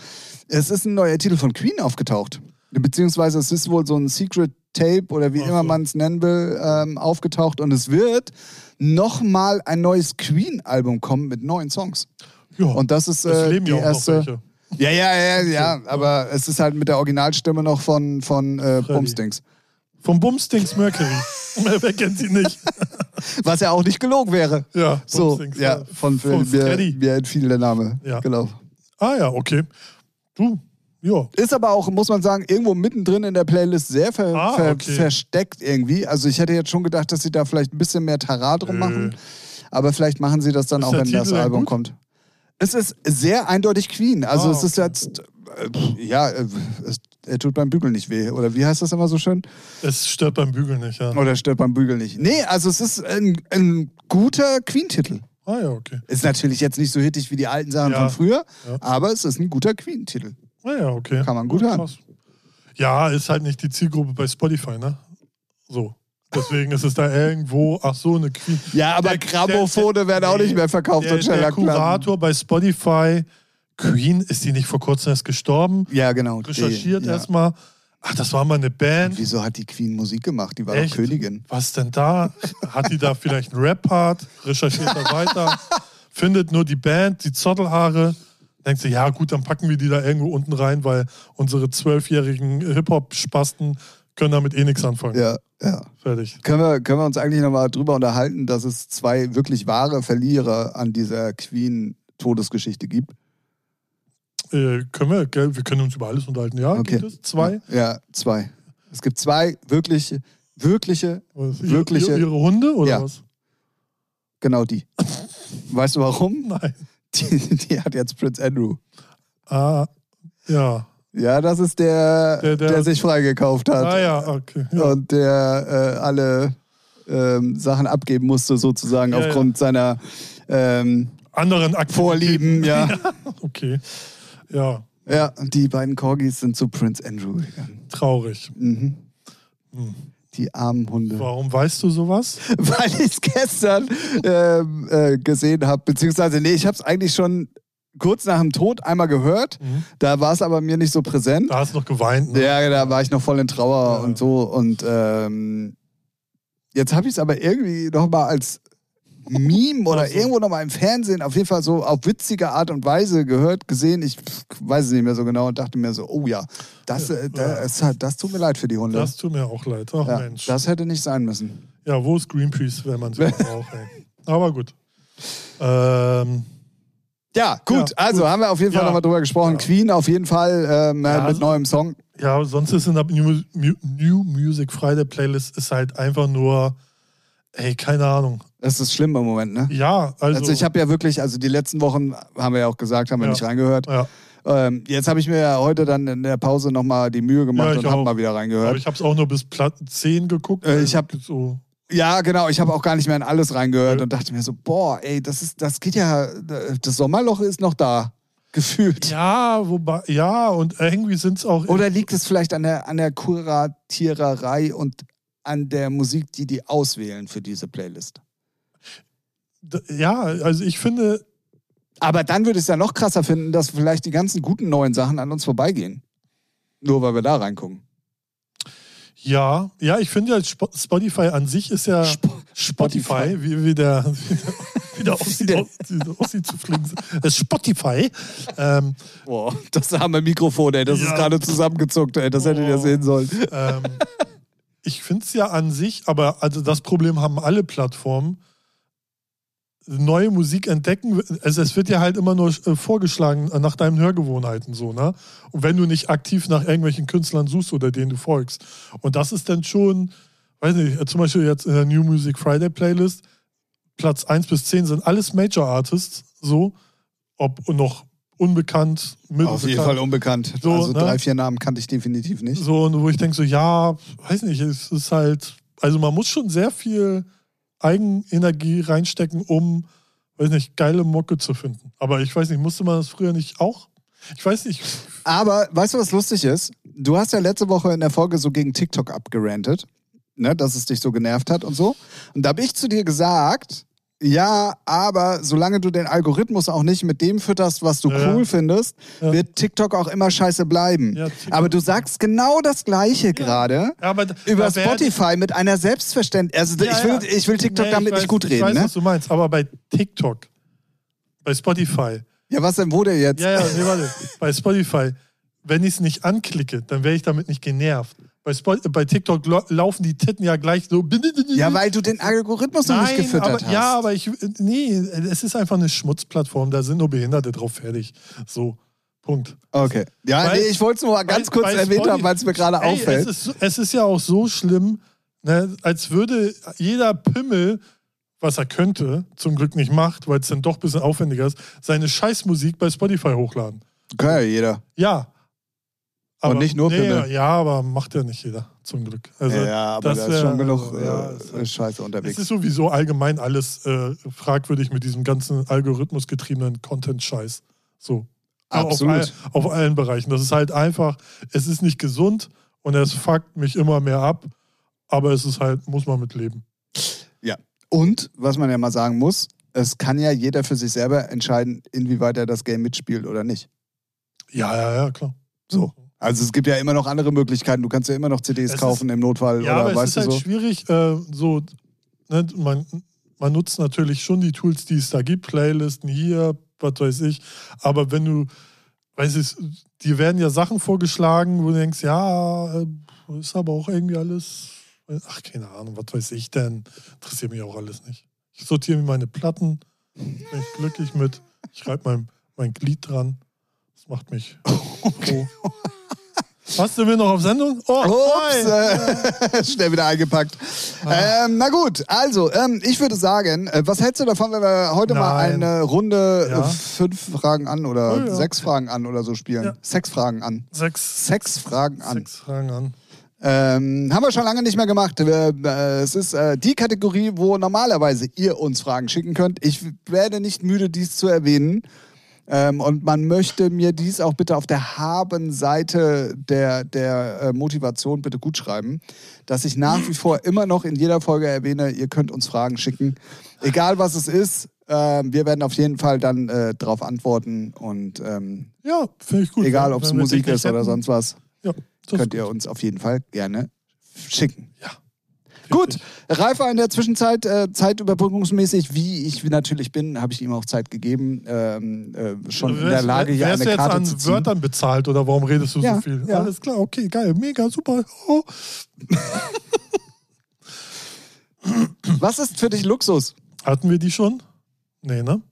A: Es ist ein neuer Titel von Queen aufgetaucht. Beziehungsweise es ist wohl so ein Secret Tape oder wie
B: Ach
A: immer
B: so.
A: man es nennen will, ähm, aufgetaucht. Und es wird nochmal ein neues Queen-Album kommen mit neuen Songs.
B: Ja,
A: Und das ist äh,
B: es leben
A: die
B: ja auch
A: erste.
B: noch welche.
A: Ja, ja, ja, ja, aber es ist halt mit der Originalstimme noch von, von äh, Bumstings.
B: Vom Bumstings Mercury.
A: [LAUGHS]
B: Wer kennt sie nicht?
A: Was ja auch nicht gelogen wäre.
B: Ja,
A: So,
B: Bumstings,
A: ja,
B: ja.
A: von,
B: Von
A: mir,
B: Freddy.
A: mir entfiel der Name.
B: Ja.
A: Genau.
B: Ah ja, okay. Du, ja.
A: Ist aber auch, muss man sagen, irgendwo mittendrin in der Playlist sehr ver
B: Ah,
A: ver
B: okay.
A: versteckt irgendwie. Also ich hätte jetzt schon gedacht, dass sie da vielleicht ein bisschen mehr Tarat drum
B: Nö.
A: machen. Aber vielleicht machen sie das dann
B: Ist
A: auch,
B: der
A: wenn das
B: Titel denn
A: Album
B: gut?
A: kommt. Es ist sehr eindeutig Queen. Also
B: Ah,
A: es ist
B: okay.
A: jetzt, äh, pf, ja, äh, es, er tut beim Bügeln nicht weh. Oder wie heißt das immer so schön?
B: Es stört beim Bügeln nicht, ja.
A: Oder stört beim Bügeln nicht. Nee, also es ist ein, ein guter Queen-Titel.
B: Ah ja, okay.
A: Ist natürlich jetzt nicht so hittig wie die alten Sachen
B: Ja.
A: von früher,
B: Ja.
A: aber es ist ein guter Queen-Titel.
B: Ah ja, okay.
A: Kann man gut
B: Ja,
A: hören.
B: krass. Ja, ist halt nicht die Zielgruppe bei Spotify, ne? So. Deswegen ist es da irgendwo, ach so, eine Queen.
A: Ja, aber
B: Der-
A: Grammophone
B: der-
A: werden auch
B: der-
A: nicht mehr verkauft
B: Der,
A: und
B: der
A: Schellackplatten.
B: Kurator bei Spotify, Queen, ist die nicht vor kurzem erst gestorben?
A: Ja, genau. die,
B: Recherchiert
A: ja.
B: erstmal. Ach, das war mal eine Band.
A: Wieso hat die Queen Musik gemacht? Die war
B: Echt?
A: doch Königin.
B: Was denn da? Hat die da vielleicht einen Rap-Part? Recherchiert er weiter? Findet nur die Band, die Zottelhaare. Denkt sie, ja gut, dann packen wir die da irgendwo unten rein, weil unsere zwölfjährigen Hip-Hop-Spasten können damit eh nichts anfangen.
A: Ja, ja.
B: Fertig.
A: Können wir, können wir uns eigentlich nochmal drüber unterhalten, dass es zwei wirklich wahre Verlierer an dieser Queen-Todesgeschichte gibt?
B: Äh, können wir, gell? Wir können uns über alles unterhalten. Ja,
A: Okay.
B: gibt es zwei.
A: Ja, zwei. Es gibt zwei wirkliche, wirkliche,
B: Was, ihre-
A: Wirkliche-
B: Ihre, ihre Hunde oder
A: Ja.
B: was?
A: genau die. Weißt du warum?
B: Nein.
A: Die, die hat jetzt Prince Andrew.
B: Ah, ja.
A: Ja, das ist der, der,
B: Der- der-
A: sich freigekauft hat.
B: Ah ja, okay. Ja.
A: und der äh, alle ähm, Sachen abgeben musste, sozusagen,
B: Ja,
A: aufgrund seiner ähm,
B: Anderen Aktivitäten. [LAUGHS]
A: Vorlieben. Ja.
B: Okay. Ja,
A: ja, die beiden Corgis sind zu Prince Andrew gegangen.
B: traurig.
A: Mhm.
B: Hm.
A: Die armen Hunde.
B: Warum weißt du sowas?
A: [LAUGHS] Weil ich es gestern ähm, äh, gesehen habe, beziehungsweise, nee, ich habe es eigentlich schon kurz nach dem Tod einmal gehört,
B: Mhm.
A: da war es aber mir nicht so präsent.
B: Da hast du noch geweint. Ne?
A: Ja, da war ich noch voll in Trauer
B: Ja.
A: und so. Und ähm, jetzt habe ich es aber irgendwie nochmal als Meme oder
B: Ach so.
A: irgendwo nochmal im Fernsehen auf jeden Fall so auf witzige Art und Weise gehört, gesehen. Ich pff, weiß es nicht mehr so genau und dachte mir so, oh ja, das, äh, da- es hat- das tut mir leid für die Hunde.
B: Das tut mir auch leid. Ach
A: ja,
B: Mensch.
A: das hätte nicht sein müssen. [LAUGHS]
B: Ja, wo ist Greenpeace, wenn man sie braucht? Ey. Aber gut. Ähm,
A: Ja, gut.
B: Ja,
A: also haben wir auf jeden Fall
B: Ja.
A: nochmal drüber gesprochen.
B: Ja.
A: Queen auf jeden Fall ähm, äh,
B: Ja,
A: mit
B: also-
A: neuem Song.
B: ja, sonst ist in der New, Mu- New Music Friday Playlist ist halt einfach nur, ey, keine Ahnung.
A: Das ist schlimm im Moment, ne?
B: Ja, also,
A: Also, ich habe ja wirklich, also die letzten Wochen haben wir ja auch gesagt, haben wir
B: Ja.
A: nicht reingehört.
B: ja,
A: Ähm, jetzt habe ich mir ja heute dann in der Pause nochmal die Mühe
B: Ja,
A: gemacht
B: ich
A: und habe
B: auch.
A: mal wieder
B: aber
A: reingehört.
B: ich habe es auch nur bis Platten 10 geguckt. also
A: Äh, ich hab-
B: so,
A: Ja, genau. Ich habe auch gar nicht mehr in alles reingehört
B: Ja.
A: und dachte mir so, boah, ey, das ist, das geht ja, das Sommerloch ist noch da, [LAUGHS] gefühlt.
B: ja, wobei, ja, und irgendwie sind es auch.
A: Oder liegt es vielleicht an der, an der Kuratiererei und an der Musik, die die auswählen für diese Playlist?
B: D- Ja, also ich finde,
A: Aber dann würde ich es ja noch krasser finden, dass vielleicht die ganzen guten neuen Sachen an uns vorbeigehen. Nur weil wir da reingucken.
B: ja, ja, ich finde ja, Sp- Spotify an sich ist ja.
A: Sp-
B: Spotify, wie, wie der, [LAUGHS] wie der
A: Wie der-
B: Ossi zu fliegen. Das Spotify. Ähm,
A: Boah, das arme Mikrofon, ey, das
B: Ja.
A: ist gerade zusammengezuckt, ey, das hättet ihr
B: Oh.
A: sehen sollen.
B: ähm, ich finde es ja an sich, aber also das Problem haben alle Plattformen. Neue Musik entdecken, also es wird ja halt immer nur äh, vorgeschlagen äh, nach deinen Hörgewohnheiten so, ne? Und wenn du nicht aktiv nach irgendwelchen Künstlern suchst oder denen du folgst. Und das ist dann schon, weiß nicht, äh, zum Beispiel jetzt in der New Music Friday Playlist, Platz 1 bis 10 sind alles Major Artists, so, ob noch unbekannt, mittelbekannt.
A: Auf jeden Fall unbekannt.
B: So,
A: also
B: ne?
A: drei, vier Namen kannte ich definitiv nicht.
B: So, und wo ich denke, so, ja, weiß nicht, es ist halt, also man muss schon sehr viel Eigenenergie reinstecken, um, weiß nicht, geile Mucke zu finden. Aber ich weiß nicht, musste man das früher nicht auch? Ich weiß nicht.
A: [LAUGHS] Aber weißt du, was lustig ist? Du hast ja letzte Woche in der Folge so gegen TikTok abgerantet, ne, dass es dich so genervt hat und so. Und da habe ich zu dir gesagt, ja, aber solange du den Algorithmus auch nicht mit dem fütterst, was du
B: Ja.
A: cool findest,
B: Ja.
A: wird TikTok auch immer scheiße bleiben.
B: Ja, TikTok.
A: aber du sagst genau das Gleiche gerade.
B: Aber d-
A: Über
B: da wär-
A: Spotify mit einer Selbstverständlichkeit. Also
B: Ja,
A: ich, will,
B: ja.
A: ich will TikTok
B: Nee, ich
A: damit
B: weiß,
A: nicht gut
B: Ich
A: reden,
B: weiß,
A: ne?
B: was du meinst, aber bei TikTok, bei Spotify,
A: Ja, was denn wo der jetzt?
B: ja, ja, nee, warte, bei Spotify, wenn ich es nicht anklicke, dann wäre ich damit nicht genervt. Bei, Spo bei TikTok lo- laufen die Titten ja gleich so. [LAUGHS]
A: Ja, weil du den Algorithmus noch nicht gefüttert
B: Mhm. aber,
A: hast.
B: Ja, aber ich, nee, es ist einfach eine Schmutzplattform, da sind nur Behinderte drauf, fertig. So, Punkt.
A: Okay. Ja,
B: Weil-
A: nee, ich wollte es nur mal ganz
B: Bei-
A: kurz
B: bei
A: erwähnt
B: Spotify-
A: haben, weil es mir gerade
B: Ey,
A: auffällt.
B: Es ist, es ist ja auch so schlimm, ne, als würde jeder Pimmel, was er könnte, zum Glück nicht macht, weil es dann doch ein bisschen aufwendiger ist, seine Scheißmusik bei Spotify hochladen.
A: Kann ja jeder.
B: Ja.
A: nicht nur
B: ja,
A: Pimmel.
B: ja, aber macht ja nicht jeder, zum Glück. Also,
A: ja, aber
B: das
A: da ist schon
B: wär-
A: genug
B: ja,
A: äh,
B: ist halt-
A: Scheiße
B: Es
A: unterwegs.
B: ist sowieso allgemein alles äh, fragwürdig mit diesem ganzen algorithmusgetriebenen Content-Scheiß. So. Ja,
A: Absolut.
B: Auf, all, auf allen Bereichen. Das ist halt einfach, es ist nicht gesund und es fuckt mich immer mehr ab, aber es ist halt, muss man mit leben.
A: Und, was man ja mal sagen muss, es kann ja jeder für sich selber entscheiden, inwieweit er das Game mitspielt oder nicht.
B: Ja, ja, ja, klar.
A: So. Also es gibt ja immer noch andere Möglichkeiten. Du kannst ja immer noch CDs
B: Es ist-
A: kaufen im Notfall
B: Ja,
A: oder
B: aber es
A: weißt
B: ist
A: du
B: halt
A: so.
B: schwierig, äh, so, ne, man, man nutzt natürlich schon die Tools, die es da gibt, Playlisten hier, was weiß ich, aber wenn du, weiß ich, dir werden ja Sachen vorgeschlagen, wo du denkst, ja, äh, ist aber auch irgendwie alles, ach, keine Ahnung, was weiß ich denn, interessiert mich auch alles nicht. Ich sortiere mir meine Platten, bin ich glücklich mit, ich reibe mein, mein Glied dran, das macht
A: [LAUGHS]
B: mich froh. Was, sind wir noch auf Sendung? Oh,
A: Ups,
B: hi.
A: äh, [LAUGHS] schnell wieder eingepackt. Ähm, na gut, also ähm, ich würde sagen, äh, was hältst du davon, wenn wir heute mal
B: Nein.
A: eine Runde
B: Ja.
A: äh, fünf Fragen an oder
B: Oh Ja, ja.
A: sechs Fragen an oder so spielen?
B: Ja.
A: Sechs Fragen an.
B: Sechs,
A: Sechs Fragen an.
B: sechs Fragen an.
A: Ähm, haben wir schon lange nicht mehr gemacht. Wir, äh, es ist äh, die Kategorie, wo normalerweise ihr uns Fragen schicken könnt. Ich werde nicht müde, dies zu erwähnen. Ähm, und man möchte mir dies auch bitte auf der Haben-Seite der, der äh, Motivation bitte gut schreiben, dass ich nach wie vor immer noch in jeder Folge erwähne, ihr könnt uns Fragen schicken. Egal was es ist, ähm, wir werden auf jeden Fall dann äh, darauf antworten. Und ähm,
B: Ja, finde ich gut.
A: egal,
B: Wenn-
A: ob es
B: wenn wir
A: Musik
B: dich
A: ist
B: nicht
A: oder
B: hätten,
A: sonst was
B: Ja, das
A: könnt ihr uns auf jeden Fall gerne schicken.
B: Ja.
A: Gut, Ralf war in der Zwischenzeit äh, zeitüberbrückungsmäßig, wie ich natürlich bin, habe ich ihm auch Zeit gegeben, ähm, äh, schon in der Lage, hier
B: wärst
A: eine
B: du jetzt
A: Karte
B: an
A: zu ziehen.
B: Wörtern bezahlt oder warum redest du
A: Ja,
B: so viel?
A: ja.
B: Alles klar, okay, geil, mega, super. Oh.
A: Was ist für dich Luxus?
B: Hatten wir die schon? Nee, ne?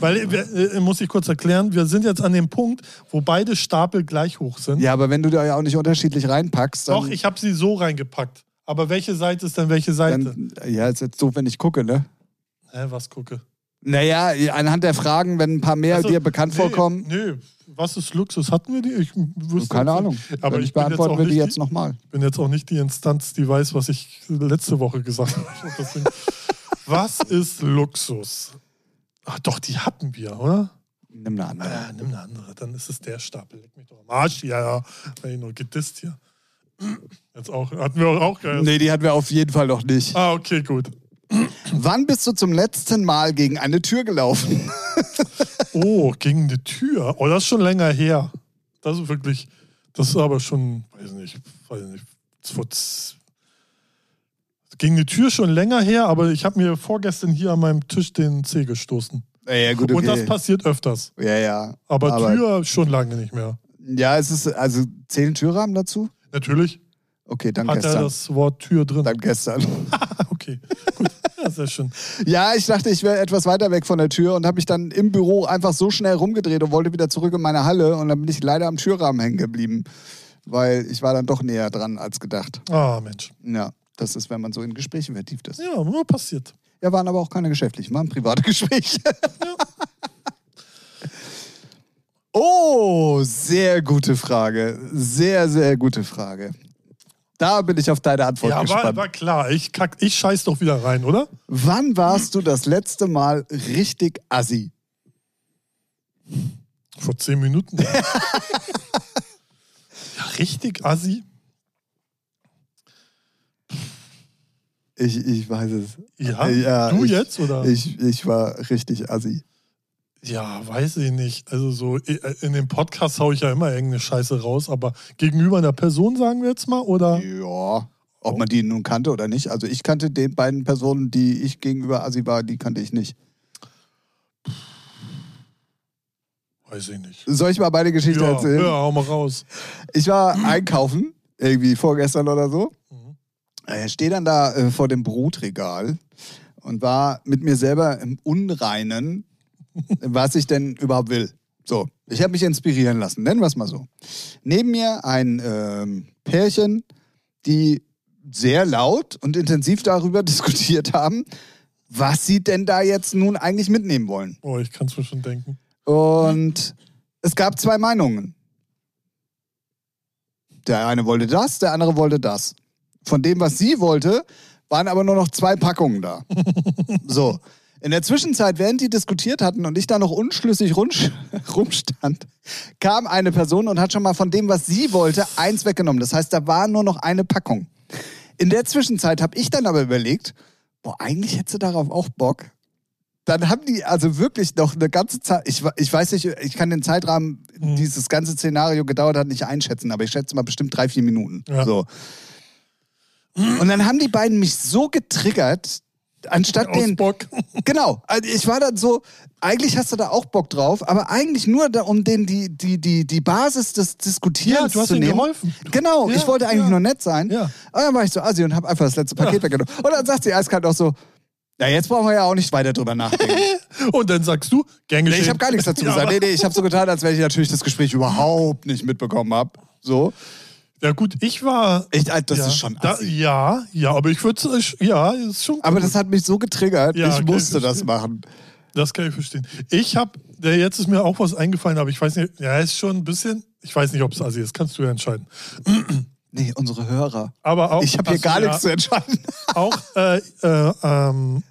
B: Weil, wir, äh, muss ich kurz erklären, wir sind jetzt an dem Punkt, wo beide Stapel gleich hoch sind.
A: Ja, aber wenn du da ja auch nicht unterschiedlich reinpackst, dann,
B: Doch, ich habe sie so reingepackt. Aber welche Seite ist denn welche Seite?
A: dann ja, ist jetzt doof, wenn ich gucke, ne?
B: Hä, was gucke?
A: Naja, anhand der Fragen, wenn ein paar mehr
B: Also,
A: dir bekannt
B: nee,
A: vorkommen,
B: Nee, was ist Luxus? Hatten wir die? Ich wüsste
A: keine
B: jetzt
A: Ahnung.
B: nicht. Aber
A: wenn
B: ich
A: ich
B: bin jetzt,
A: beantworten
B: auch
A: wir
B: nicht,
A: die jetzt nochmal.
B: bin jetzt auch nicht die Instanz, die weiß, was ich letzte Woche gesagt habe. Deswegen, was ist Luxus? Ach, doch, die hatten wir, oder?
A: Nimm eine andere.
B: Ja, nimm eine andere, dann ist es der Stapel. Leck mich doch am Arsch, ja, ja. Wenn ich nur gedisst hier. [CLEARS THROAT] Jetzt auch, hatten wir auch geil.
A: Nee, die hatten wir auf jeden Fall noch nicht.
B: Ah, okay, gut.
A: Wann bist du zum letzten Mal gegen eine Tür gelaufen?
B: Oh, gegen eine Tür. Oh, das ist schon länger her. Das ist wirklich, das ist aber schon, weiß nicht, weiß nicht, vor z- gegen eine Tür schon länger her, aber ich habe mir vorgestern hier an meinem Tisch den Zeh gestoßen.
A: Ja, ja, gut,
B: Und das passiert öfters.
A: ja, ja.
B: Aber,
A: Aber-
B: Tür schon lange nicht mehr.
A: Ja, es ist, also zählen Türrahmen dazu?
B: Natürlich
A: Okay, dann
B: hat er
A: gestern.
B: das Wort Tür drin.
A: Dann gestern.
B: Ah, [LAUGHS] okay, gut. Ja, sehr schön.
A: Ja, ich dachte, ich wäre etwas weiter weg von der Tür und habe mich dann im Büro einfach so schnell rumgedreht und wollte wieder zurück in meine Halle und dann bin ich leider am Türrahmen hängen geblieben, weil ich war dann doch näher dran als gedacht.
B: Ah, Mensch.
A: Ja, das ist, wenn man so in Gesprächen vertieft ist.
B: Ja, nur passiert.
A: Ja, waren aber auch keine geschäftlichen, waren private [LAUGHS] Gespräche. oh, sehr gute Frage. Sehr, sehr gute Frage. Da bin ich auf deine Antwort
B: Ja, war,
A: gespannt.
B: war klar. Ich, kack, ich scheiß doch wieder rein, oder?
A: Wann warst du das letzte Mal richtig assi?
B: Vor
A: [LAUGHS]
B: zehn Minuten. ja, richtig, Assi.
A: Ich, ich weiß es.
B: Ja,
A: Äh, Ja,
B: du
A: ich-
B: jetzt, oder?
A: Ich, ich war richtig assi.
B: Ja, weiß ich nicht. Also so, äh, in dem Podcast hau ich ja immer irgendeine Scheiße raus, aber gegenüber einer Person, sagen wir jetzt mal, oder?
A: Äh, Ja. Ob man die nun kannte oder nicht. Also ich kannte den beiden Personen, die ich gegenüber assi war, die kannte ich nicht.
B: Weiß ich nicht.
A: Soll ich mal beide Geschichten
B: Ja,
A: erzählen?
B: ja, hau mal raus.
A: Ich war einkaufen, irgendwie vorgestern oder so.
B: Mhm.
A: Äh, Stehe dann da äh, vor dem Brotregal und war mit mir selber im Unreinen, was ich denn überhaupt will. So, ich habe mich inspirieren lassen, nennen wir es mal so. Neben mir ein ähm, Pärchen, die sehr laut und intensiv darüber [LAUGHS] diskutiert haben, was sie denn da jetzt nun eigentlich mitnehmen wollen.
B: Oh, ich kann's mir schon denken.
A: Und es gab zwei Meinungen. Der eine wollte das, der andere wollte das. Von dem, was sie wollte, waren aber nur noch zwei Packungen da. So. In der Zwischenzeit, während die diskutiert hatten und ich da noch unschlüssig rumsch- [LAUGHS] rumstand, kam eine Person und hat schon mal von dem, was sie wollte, eins weggenommen. Das heißt, da war nur noch eine Packung. In der Zwischenzeit habe ich dann aber überlegt, boah, eigentlich hättest du darauf auch Bock dann haben die also wirklich noch eine ganze Zeit, ich, we- ich weiß nicht, ich kann den Zeitrahmen, dieses ganze Szenario gedauert hat, nicht einschätzen, aber ich schätze mal bestimmt drei, vier Minuten.
B: Ja.
A: So. Und dann haben die beiden mich so getriggert, anstatt
B: Aus
A: den.
B: Bock. [LAUGHS]
A: Genau, also ich war dann so, eigentlich hast du da auch Bock drauf, aber eigentlich nur, da, um den die, die, die, die Basis des Diskutierens
B: Ja, du hast
A: zu
B: ihnen
A: nehmen.
B: geholfen.
A: Genau,
B: Ja,
A: ich wollte eigentlich
B: ja.
A: nur nett sein.
B: Ja.
A: Und dann war ich so assi und habe einfach das letzte Paket weggenommen. Und dann sagt sie eiskalt auch so, na, jetzt brauchen wir ja auch nicht weiter drüber
B: [LAUGHS]
A: nachdenken.
B: Und dann sagst du, Gänge
A: Nee, ich habe gar nichts dazu
B: [LAUGHS] Ja,
A: gesagt. Nee, nee, ich habe so getan, als wenn ich natürlich das Gespräch überhaupt nicht mitbekommen habe. So.
B: ja, gut, ich war.
A: Ich, das
B: ja,
A: ist schon
B: da,
A: assi.
B: Ja, ja, aber ich würde Ja, ist schon.
A: Aber das hat mich so getriggert,
B: Ja,
A: ich
B: okay,
A: musste das
B: verstehe.
A: machen.
B: Das kann ich verstehen. Ich habe, jetzt ist mir auch was eingefallen, aber ich weiß nicht, ja, ist schon ein bisschen, ich weiß nicht, ob es Assi ist, kannst du ja entscheiden.
A: Nee, unsere Hörer.
B: Aber auch,
A: Ich habe hier
B: Achso,
A: gar
B: ja,
A: nichts zu entscheiden.
B: [LAUGHS] Auch äh, äh, ähm,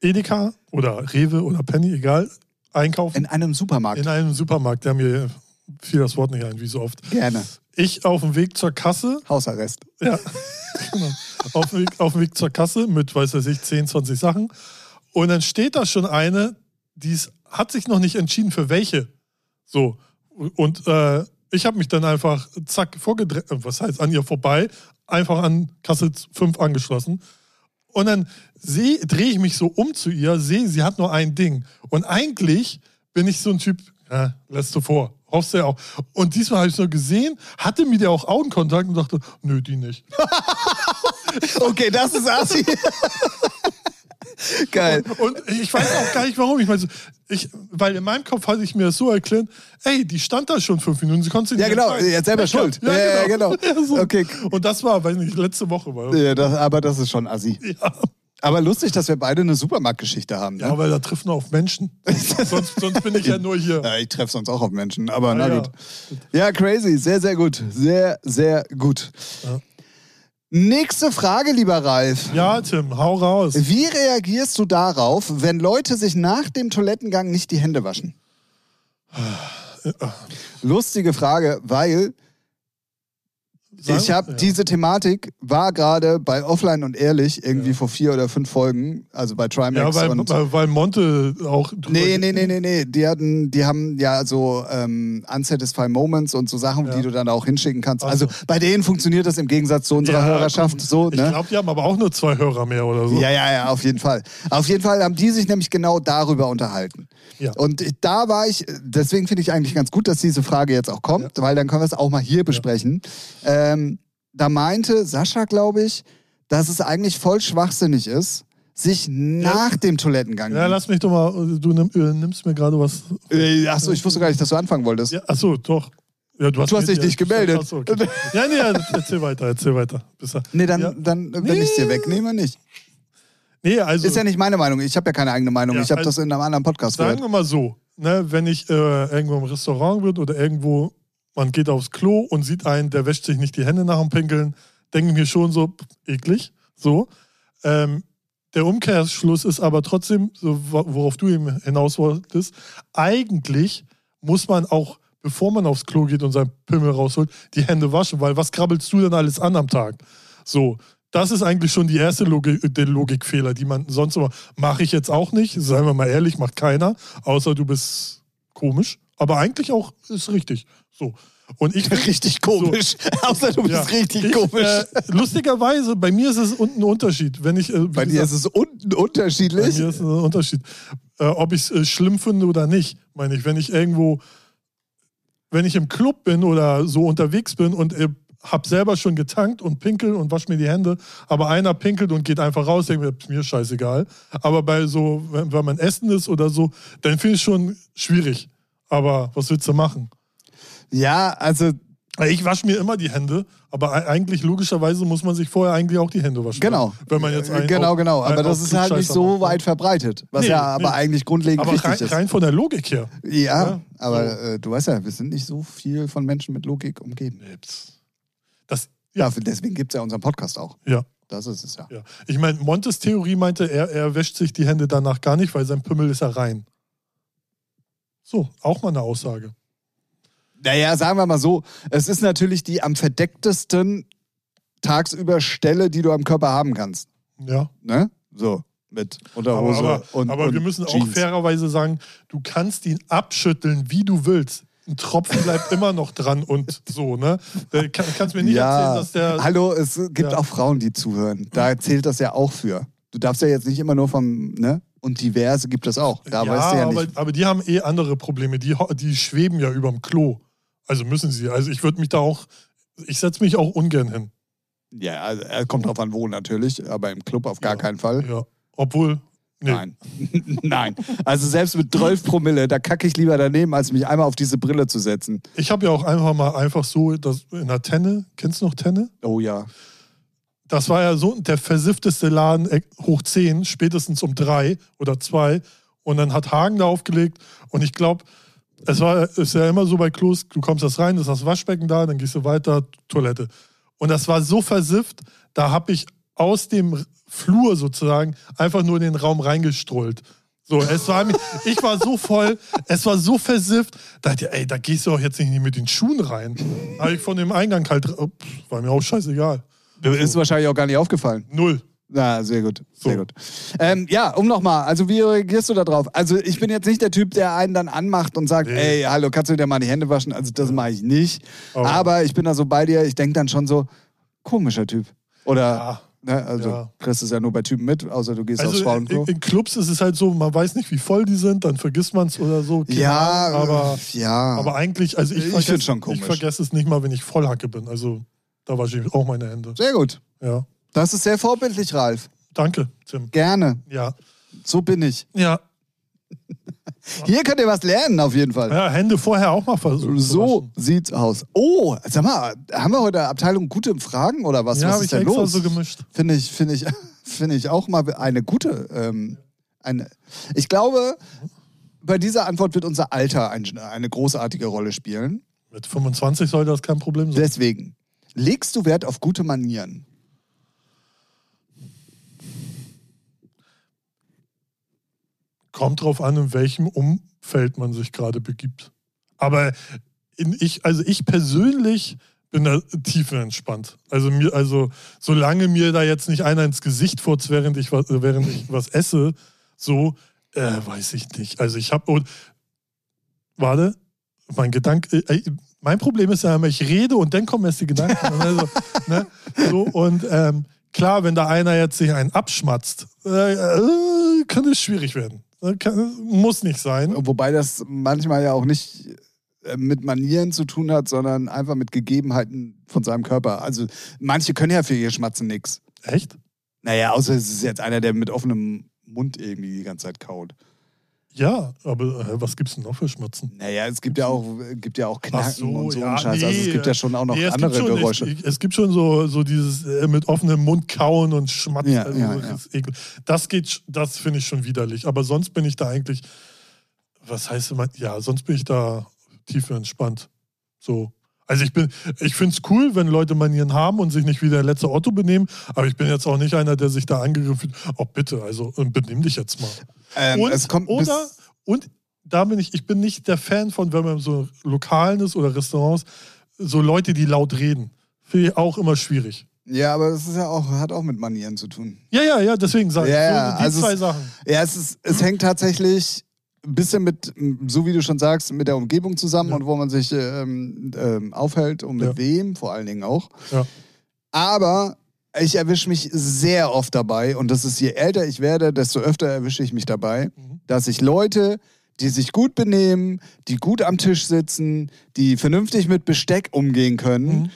B: Edeka oder Rewe oder Penny, egal, einkaufen
A: In einem Supermarkt.
B: in einem Supermarkt, der mir fiel das Wort nicht ein, wie so oft.
A: Gerne.
B: Ich auf dem Weg zur Kasse [LAUGHS]
A: Hausarrest.
B: Ja, genau. auf, dem Weg, auf dem Weg zur Kasse mit, weiß weiß ich, 10, 20 Sachen. Und dann steht da schon eine, die ist, hat sich noch nicht entschieden, für welche. So. Und äh, ich habe mich dann einfach, zack, vorgedreht, was heißt, an ihr vorbei, einfach an Kasse 5 angeschlossen. Und dann drehe ich mich so um zu ihr, sehe, sie hat nur ein Ding. Und eigentlich bin ich so ein Typ, ja, lässt du vor, hoffst du ja auch. Und diesmal habe ich so gesehen, hatte mit ihr auch Augenkontakt und dachte, nö, die nicht.
A: Okay, das ist Assi. [LAUGHS] Geil.
B: Und ich weiß auch gar nicht warum. Ich meine, so, ich, weil in meinem Kopf hatte ich mir das so erklärt, ey, die stand da schon fünf Minuten, sie konnte sie
A: Ja,
B: nicht
A: genau,
B: entscheiden.
A: jetzt selber
B: Ja,
A: schuld.
B: klar.
A: Ja, ja, genau.
B: Ja, so.
A: Okay.
B: Und das war, weiß nicht, letzte Woche war.
A: Ja, das, aber das ist schon assi.
B: Ja,
A: Aber lustig, dass wir beide eine Supermarktgeschichte haben. Ne?
B: ja weil da trifft man auf Menschen. sonst, sonst bin ich ja nur
A: [LAUGHS]
B: hier.
A: Ja, ich treffe sonst auch auf Menschen, aber na
B: Ah, ja.
A: gut. Ja, crazy. Sehr, sehr gut. Sehr, sehr gut.
B: Ja.
A: Nächste Frage, lieber Ralf.
B: Ja, Tim, hau raus.
A: Wie reagierst du darauf, wenn Leute sich nach dem Toilettengang nicht die Hände waschen? Lustige Frage, weil
B: Sag-
A: ich habe
B: ja.
A: diese Thematik war gerade bei Offline und Ehrlich irgendwie vor vier oder fünf Folgen, also bei
B: Ja,
A: Trimax
B: weil,
A: und
B: weil, weil Monte auch. drüber-
A: Nee, nee, nee, nee, nee. Die, hatten, die haben ja so ähm, Unsatisfy Moments und so Sachen,
B: Ja.
A: die du dann auch hinschicken kannst.
B: Ach
A: Also bei denen funktioniert das im Gegensatz zu unserer
B: Ja,
A: Hörerschaft so,
B: Ich
A: ne?
B: glaube, die haben aber auch nur zwei Hörer mehr oder so.
A: Ja, ja, ja, auf jeden Fall. Auf jeden Fall haben die sich nämlich genau darüber unterhalten.
B: Ja.
A: Und da war ich, deswegen finde ich eigentlich ganz gut, dass diese Frage jetzt auch kommt, weil dann können wir es auch mal hier besprechen. Ähm, da meinte Sascha, glaube ich, dass es eigentlich voll schwachsinnig ist, sich nach dem Toilettengang.
B: Ja, lass mich doch mal, du nimm, äh, nimmst mir gerade was.
A: Äh, Achso, ich wusste gar nicht, dass du anfangen wolltest.
B: Ja, achso, doch. Ja,
A: Du hast
B: mir-
A: dich nicht
B: ja,
A: gemeldet.
B: Achso, okay. Ja, nee, ja, erzähl weiter, erzähl weiter. Bis dann.
A: Nee, dann,
B: Ja.
A: dann wenn ich es dir wegnehme, nicht.
B: Nee, also,
A: Ist ja nicht meine Meinung. Ich habe ja keine eigene Meinung.
B: Ja,
A: ich habe
B: also-
A: das in einem anderen Podcast
B: sagen
A: gehört.
B: wir mal so, ne, wenn ich äh, irgendwo im Restaurant bin oder irgendwo, man geht aufs Klo und sieht einen, der wäscht sich nicht die Hände nach dem Pinkeln, denke ich mir schon so, pff, eklig, so. Ähm, der Umkehrschluss ist aber trotzdem, so, wo- worauf du eben hinaus wolltest, eigentlich muss man auch, bevor man aufs Klo geht und seinen Pimmel rausholt, die Hände waschen, weil was krabbelst du denn alles an am Tag? So, das ist eigentlich schon die erste Logik, der Logikfehler, die man sonst immer, mache ich jetzt auch nicht, seien wir mal ehrlich, macht keiner, außer du bist komisch, aber eigentlich auch ist richtig. So. Und ich
A: Richtig komisch. [LAUGHS] Außer [LAUGHS] du bist
B: ja.
A: richtig
B: Ich,
A: komisch.
B: Äh, lustigerweise, bei mir ist es unten ein Unterschied. Wenn ich, äh, wie
A: Bei dir
B: gesagt,
A: ist es unten
B: bei
A: unterschiedlich.
B: mir ist es ein Unterschied. Äh, ob ich es äh, schlimm finde oder nicht, meine ich. Wenn ich irgendwo, wenn ich im Club bin oder so unterwegs bin und äh, hab selber schon getankt und pinkel und wasch mir die Hände, aber einer pinkelt und geht einfach raus, denke mir, "Pff, mir scheißegal. Aber bei so, wenn, wenn man essen ist oder so, dann finde ich schon schwierig. Aber was willst du machen?
A: Ja, also
B: Weil Ich wasche mir immer die Hände, aber e- eigentlich logischerweise muss man sich vorher eigentlich auch die Hände waschen.
A: genau.
B: Wenn man jetzt einen
A: genau,
B: auf-
A: genau.
B: einen
A: Aber das
B: auf
A: ist halt nicht
B: Klugscheißer
A: so
B: macht.
A: weit verbreitet. Was
B: Nee,
A: ja aber
B: nee.
A: eigentlich grundlegend
B: Aber
A: wichtig
B: rein,
A: ist.
B: rein von der Logik her.
A: ja,
B: Ja,
A: aber
B: so.
A: äh, du weißt ja, wir sind nicht so viel von Menschen mit Logik umgeben.
B: Nee, pst. Das,
A: Ja, deswegen gibt es ja unseren Podcast auch.
B: ja,
A: Das ist es ja.
B: ja. Ich meine, Montes Theorie meinte, er, er wäscht sich die Hände danach gar nicht, weil sein Pimmel ist ja rein. So, auch mal eine Aussage.
A: Naja, sagen wir mal so, es ist natürlich die am verdecktesten tagsüber Stelle, die du am Körper haben kannst.
B: Ja.
A: Ne? So, mit
B: Aber,
A: Unterhose
B: aber,
A: und
B: aber
A: und
B: wir müssen auch
A: Jeans.
B: fairerweise sagen, du kannst ihn abschütteln, wie du willst. Ein Tropfen bleibt immer noch dran und so, ne? Da Kann, kannst mir nicht
A: ja.
B: erzählen, dass der.
A: Hallo, es gibt
B: Ja.
A: auch Frauen, die zuhören. Da zählt das ja auch für. Du darfst ja jetzt nicht immer nur vom, ne? Und diverse gibt es auch. Da weißt du ja
B: aber,
A: nicht.
B: aber die haben eh andere Probleme. Die, ho- die schweben ja überm Klo. Also müssen sie. Also ich würde mich da auch. Ich setze mich auch ungern hin.
A: Ja, also, äh, kommt drauf an, wo natürlich, aber im Club auf gar
B: Ja.
A: keinen Fall.
B: Ja. Obwohl. Nee.
A: Nein. [LAUGHS] Nein. Also selbst mit 12 Promille, da kacke ich lieber daneben, als mich einmal auf diese Brille zu setzen.
B: Ich habe ja auch einfach mal einfach so, das in der Tenne, kennst du noch Tenne?
A: Oh ja.
B: Das war ja so der versiffteste Laden äh, hoch 10, spätestens um 3 oder 2. Und dann hat Hagen da aufgelegt. Und ich glaube, es war, ist ja immer so bei Klos, du kommst das rein, ist das Waschbecken da, dann gehst du weiter, Toilette. Und das war so versifft, da habe ich aus dem Flur sozusagen einfach nur in den Raum reingestrollt. So, es war mir, ich war so voll, es war so versifft, da dachte ich, ey, da gehst du auch jetzt nicht mit den Schuhen rein. Habe ich von dem Eingang halt, äh, pff, war mir auch scheißegal.
A: Ist wahrscheinlich auch gar nicht aufgefallen.
B: Null.
A: Na, sehr gut, sehr
B: So.
A: gut. Ähm, ja, um nochmal, also wie reagierst du da drauf? Also ich bin jetzt nicht der Typ, der einen dann anmacht und sagt,
B: Nee. Oh.
A: ey, hallo, kannst du dir mal die Hände waschen? Also das mache ich nicht.
B: Aber-
A: Aber ich bin da so bei dir, ich denke dann schon so, komischer Typ. Oder,
B: Ja.
A: ne, also
B: Ja.
A: kriegst es ja nur bei Typen mit, außer du gehst aufs
B: Also in,
A: Frauenklo.
B: in Clubs ist es halt so, man weiß nicht, wie voll die sind, dann vergisst man es oder so. keine
A: ja,
B: Ahnung, genau, aber,
A: ja.
B: aber eigentlich, also ich,
A: Ich
B: vergesse-
A: find's schon komisch.
B: Ich vergesse es nicht mal, wenn ich Vollhacke bin. Also da wasche ich auch meine Hände.
A: sehr gut.
B: Ja.
A: Das ist sehr vorbildlich, Ralf.
B: Danke, Tim.
A: Gerne.
B: Ja.
A: So bin ich.
B: Ja.
A: Hier könnt ihr was lernen, auf jeden Fall.
B: ja Hände vorher auch mal versuchen. zu
A: So
B: waschen.
A: sieht's aus. Oh, sag mal, haben wir heute Abteilung gute Fragen oder was?
B: Ja,
A: was ist
B: habe ich
A: denn
B: extra
A: los?
B: so gemischt.
A: Finde ich, finde ich, [LAUGHS] finde ich auch mal eine gute. Ähm, eine. Ich glaube, bei dieser Antwort wird unser Alter ein, eine großartige Rolle spielen.
B: Mit 25 sollte das kein Problem sein.
A: Deswegen, legst du Wert auf gute Manieren?
B: Kommt drauf an, in welchem Umfeld man sich gerade begibt. Aber in ich, also ich persönlich bin da tiefenentspannt. Also mir, also solange mir da jetzt nicht einer ins Gesicht furzt, während ich was, während ich was esse, so, äh, weiß ich nicht. Also ich habe und warte, mein Gedanke, äh, mein Problem ist ja immer, ich rede und dann kommen erst die Gedanken. Und also, ne? so, und ähm, klar, wenn da einer jetzt sich einen abschmatzt, äh, äh, kann es schwierig werden. Äh, Kann, muss nicht sein.
A: Wobei das manchmal ja auch nicht äh, mit Manieren zu tun hat, sondern einfach mit Gegebenheiten von seinem Körper. Also manche können ja für ihr Schmatzen nichts.
B: Echt?
A: Naja, außer es ist jetzt einer, der mit offenem Mund irgendwie die ganze Zeit kaut.
B: Ja, aber äh, was gibt's denn noch für Schmerzen?
A: Naja, es gibt ja auch, gibt ja auch Knacken
B: Ach so,
A: und so
B: ja,
A: einen Scheiß. also es
B: nee,
A: gibt ja schon auch noch
B: Nee, es gibt
A: andere
B: schon,
A: Geräusche.
B: Es, es gibt schon so, so dieses äh, mit offenem Mund kauen und schmatzen.
A: Ja,
B: also
A: ja,
B: so
A: ja.
B: dieses Ekel. Das geht, sch- das finde ich schon widerlich. Aber sonst bin ich da eigentlich, was heißt immer, ja, sonst bin ich da tief entspannt. So. Also ich bin, ich finde es cool, wenn Leute Manieren haben und sich nicht wie der letzte Otto benehmen, aber ich bin jetzt auch nicht einer, der sich da angegriffen fühlt. Oh bitte, also äh, benimm dich jetzt mal.
A: ähm,
B: Und,
A: es kommt bis-
B: oder, und da bin ich, ich bin nicht der Fan von, wenn man in so Lokalen ist oder Restaurants, so Leute, die laut reden. Finde ich auch immer schwierig.
A: ja, aber es ist ja auch, hat auch mit Manieren zu tun.
B: Ja, ja, ja, deswegen sage
A: Ja,
B: ich
A: ja,
B: so, die
A: also
B: zwei
A: es-
B: Sachen.
A: Ja, es, ist, es hängt tatsächlich ein bisschen mit, so wie du schon sagst, mit der Umgebung zusammen
B: Ja.
A: und wo man sich ähm, ähm, aufhält und mit
B: Ja.
A: wem vor allen Dingen auch.
B: Ja.
A: Aber ich erwische mich sehr oft dabei und das ist, je älter ich werde, desto öfter erwische ich mich dabei,
B: Mhm.
A: dass ich Leute, die sich gut benehmen, die gut am Tisch sitzen, die vernünftig mit Besteck umgehen können,
B: Mhm.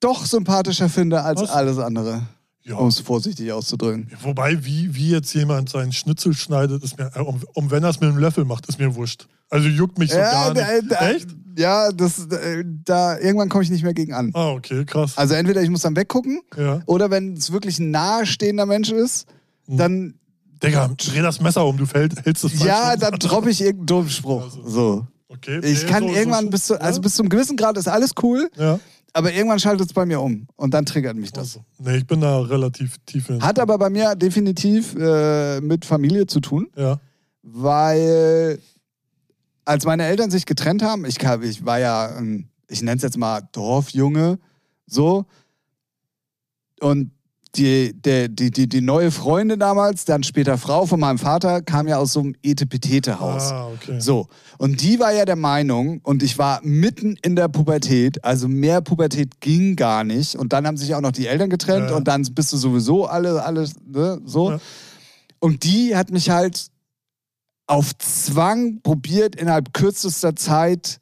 A: doch sympathischer finde als
B: Was?
A: alles andere,
B: Ja.
A: um es vorsichtig auszudrücken.
B: Wobei, wie, wie jetzt jemand seinen Schnitzel schneidet, ist mir, äh, um, um wenn er es mit einem Löffel macht, ist mir wurscht. Also juckt mich so gar
A: da-
B: nicht.
A: da-
B: Echt?
A: Ja, das, äh, da, irgendwann komme ich nicht mehr gegen an.
B: Ah, okay, krass.
A: Also entweder ich muss dann weggucken
B: ja.
A: oder wenn es wirklich ein nahestehender Mensch ist,
B: Mhm.
A: dann,
B: Digga, dreh das Messer um, du fäll- hältst es falsch
A: ja,
B: rum.
A: dann droppe ich irgendeinen dummen Spruch.
B: Also,
A: So.
B: Okay,
A: Ich
B: nee,
A: kann
B: so- so
A: irgendwann
B: schon-
A: bis zu, also bis zum gewissen Grad ist alles cool,
B: ja, ja.
A: aber irgendwann schaltet es bei mir um und dann triggert mich das.
B: Also, nee, ich bin da relativ tief in.
A: Hat aber bei mir definitiv äh, mit Familie zu tun.
B: Ja.
A: weil als meine Eltern sich getrennt haben, ich, kam- ich war ja, ähm, ich nenne es jetzt mal Dorfjunge, so. Und die, der- die, die, die neue Freundin damals, dann später Frau von meinem Vater, kam ja aus so einem Etepetete-Haus.
B: Ah, okay.
A: So. Und die war ja der Meinung, und ich war mitten in der Pubertät, also mehr Pubertät ging gar nicht. Und dann haben sich auch noch die Eltern getrennt
B: Ja, ja.
A: und dann bist du sowieso alle, alles, ne, so.
B: Ja.
A: Und die hat mich halt auf Zwang probiert, innerhalb kürzester Zeit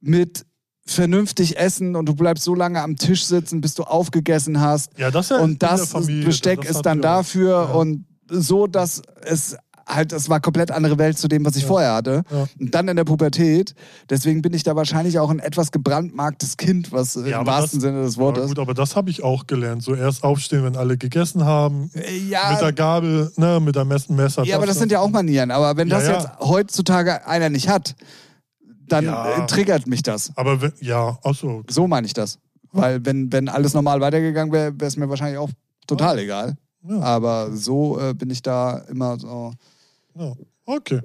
A: mit vernünftig essen und du bleibst so lange am Tisch sitzen, bis du aufgegessen hast.
B: Ja, das ist ja in
A: Und
B: der
A: das
B: Familie,
A: Besteck
B: das
A: ist
B: habt
A: dann
B: ihr auch.
A: dafür
B: Ja.
A: und so, dass es halt, es war komplett andere Welt zu dem, was ich
B: Ja.
A: vorher hatte.
B: Ja.
A: Und dann in der Pubertät. Deswegen bin ich da wahrscheinlich auch ein etwas gebrandmarktes Kind, was äh,
B: Ja,
A: im
B: aber
A: wahrsten
B: das-
A: Sinne des
B: Aber
A: Wortes.
B: gut, aber das habe ich auch gelernt. So erst aufstehen, wenn alle gegessen haben.
A: Äh,
B: Mit der
A: Ja,
B: Gabel, ne, mit dem Mess- Messer.
A: ja, aber das sind ja auch Manieren. Aber wenn
B: Ja,
A: das
B: ja.
A: jetzt heutzutage einer nicht hat, dann
B: Ja.
A: äh, triggert mich das.
B: Aber wenn, ja, achso.
A: So meine ich das. Weil wenn, wenn alles normal weitergegangen wäre, wäre es mir wahrscheinlich auch total egal.
B: Ja,
A: Aber so äh, bin ich da immer so.
B: ja. genau. Okay.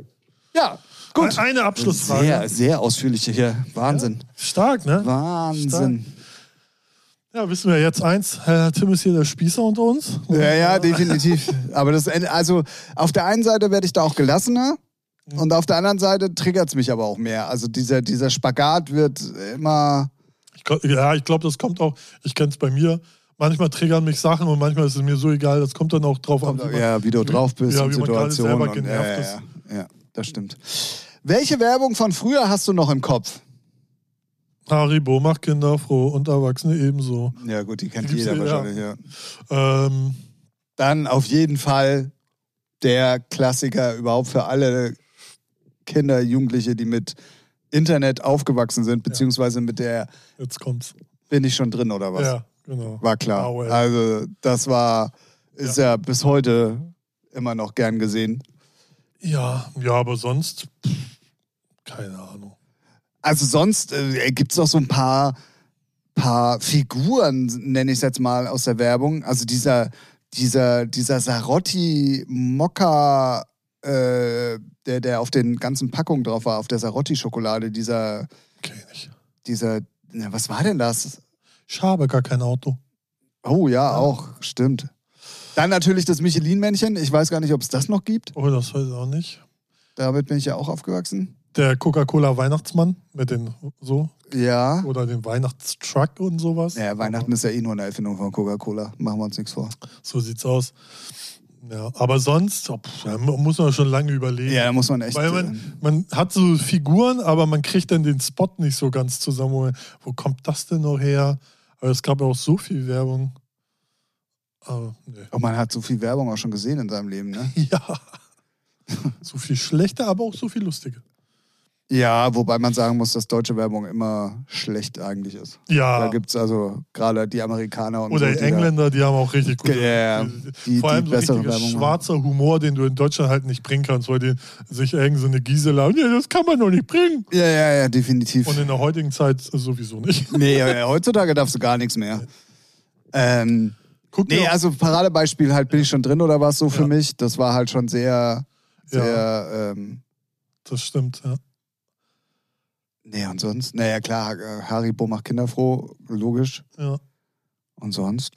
A: Ja, gut.
B: Ein- Eine Abschlussfrage.
A: Sehr, sehr ausführliche hier. Wahnsinn.
B: Stark, ne?
A: Wahnsinn.
B: Ja, wissen wir jetzt eins. Herr Tim ist hier der Spießer unter uns.
A: Ja, ja, definitiv. Aber das, Ende- also auf der einen Seite werde ich da auch gelassener
B: Mhm.
A: und auf der anderen Seite triggert es mich aber auch mehr. Also dieser, dieser Spagat wird immer.
B: Ich, glaub- ja, ich glaube, das kommt auch. Ich kenne es bei mir. Manchmal triggern mich Sachen und manchmal ist es mir so egal. Das kommt dann auch drauf
A: Kommt,
B: an. wie man-
A: ja, wie du drauf bist
B: ja,
A: und
B: wie man gerade
A: Situation.
B: selber
A: und, ja,
B: genervt
A: ja, ja, ja, das stimmt. Welche Werbung von früher hast du noch im Kopf?
B: Haribo macht Kinder froh und Erwachsene ebenso.
A: Ja, gut, die kennt
B: Gibt's
A: jeder
B: ja.
A: wahrscheinlich, ja.
B: Ähm,
A: Dann auf jeden Fall der Klassiker überhaupt für alle Kinder, Jugendliche, die mit Internet aufgewachsen sind, beziehungsweise mit der
B: Jetzt kommt's.
A: bin ich schon drin oder was?
B: Ja, genau.
A: War klar.
B: Ah, well.
A: Also das war, ist ja. bis heute immer noch gern gesehen.
B: Ja, ja, aber sonst, pff, keine Ahnung.
A: Also sonst äh, gibt es noch so ein paar, paar Figuren, nenne ich es jetzt mal, aus der Werbung. Also dieser, dieser, dieser Sarotti-Mokka, äh, der, der auf den ganzen Packungen drauf war, auf der Sarotti-Schokolade, dieser,
B: Kenn ich.
A: dieser, na, was war denn das?
B: Ich habe gar kein Auto.
A: Oh ja, auch, stimmt. Dann natürlich das Michelin-Männchen. Ich weiß gar nicht, ob es das noch gibt.
B: Oh, das weiß ich auch nicht.
A: Damit bin ich ja auch aufgewachsen.
B: Der Coca-Cola-Weihnachtsmann mit den so
A: Ja.
B: oder den Weihnachtstruck und sowas.
A: Naja, Weihnachten ist ja eh nur eine Erfindung von Coca-Cola. Machen wir uns nichts vor.
B: So sieht's aus. Ja, aber sonst, oh, pff, da mu- muss man schon lange überlegen.
A: Ja, da muss man echt. ähm,
B: Weil man, man hat so Figuren, aber man kriegt dann den Spot nicht so ganz zusammen. Wo- Wo kommt das denn noch her? Aber es gab ja auch so viel Werbung. Aber nee.
A: äh, oh, man hat so viel Werbung auch schon gesehen in seinem Leben, ne?
B: [LAUGHS] Ja. So viel schlechte, aber auch so viel lustige.
A: Ja, wobei man sagen muss, dass deutsche Werbung immer schlecht eigentlich ist. Da
B: Ja.
A: gibt es also gerade die Amerikaner und
B: Ah. Oder
A: so,
B: die
A: die
B: Engländer, die haben auch richtig gute.
A: Ja, ja, die-
B: vor allem
A: die
B: so
A: bessere
B: richtiger
A: Werbung haben.
B: schwarzer Humor, den du in Deutschland halt nicht bringen kannst, weil die sich irgend so eine Gisela, nee, das kann man doch nicht bringen.
A: Da, ja, ja, ja, definitiv.
B: Und in der heutigen Zeit sowieso nicht. [LAUGHS]
A: Nee, ja, heutzutage darfst du gar nichts mehr. Ähm,
B: Guck dir
A: nee,
B: auch-
A: also Paradebeispiel halt, bin ich schon drin oder was so für
B: Ja.
A: mich? Das war halt schon sehr,
B: Ja.
A: sehr, ähm,
B: das stimmt, ja.
A: nee, und sonst? Naja, klar, äh, Haribo macht kinderfroh, logisch.
B: ja.
A: Und sonst?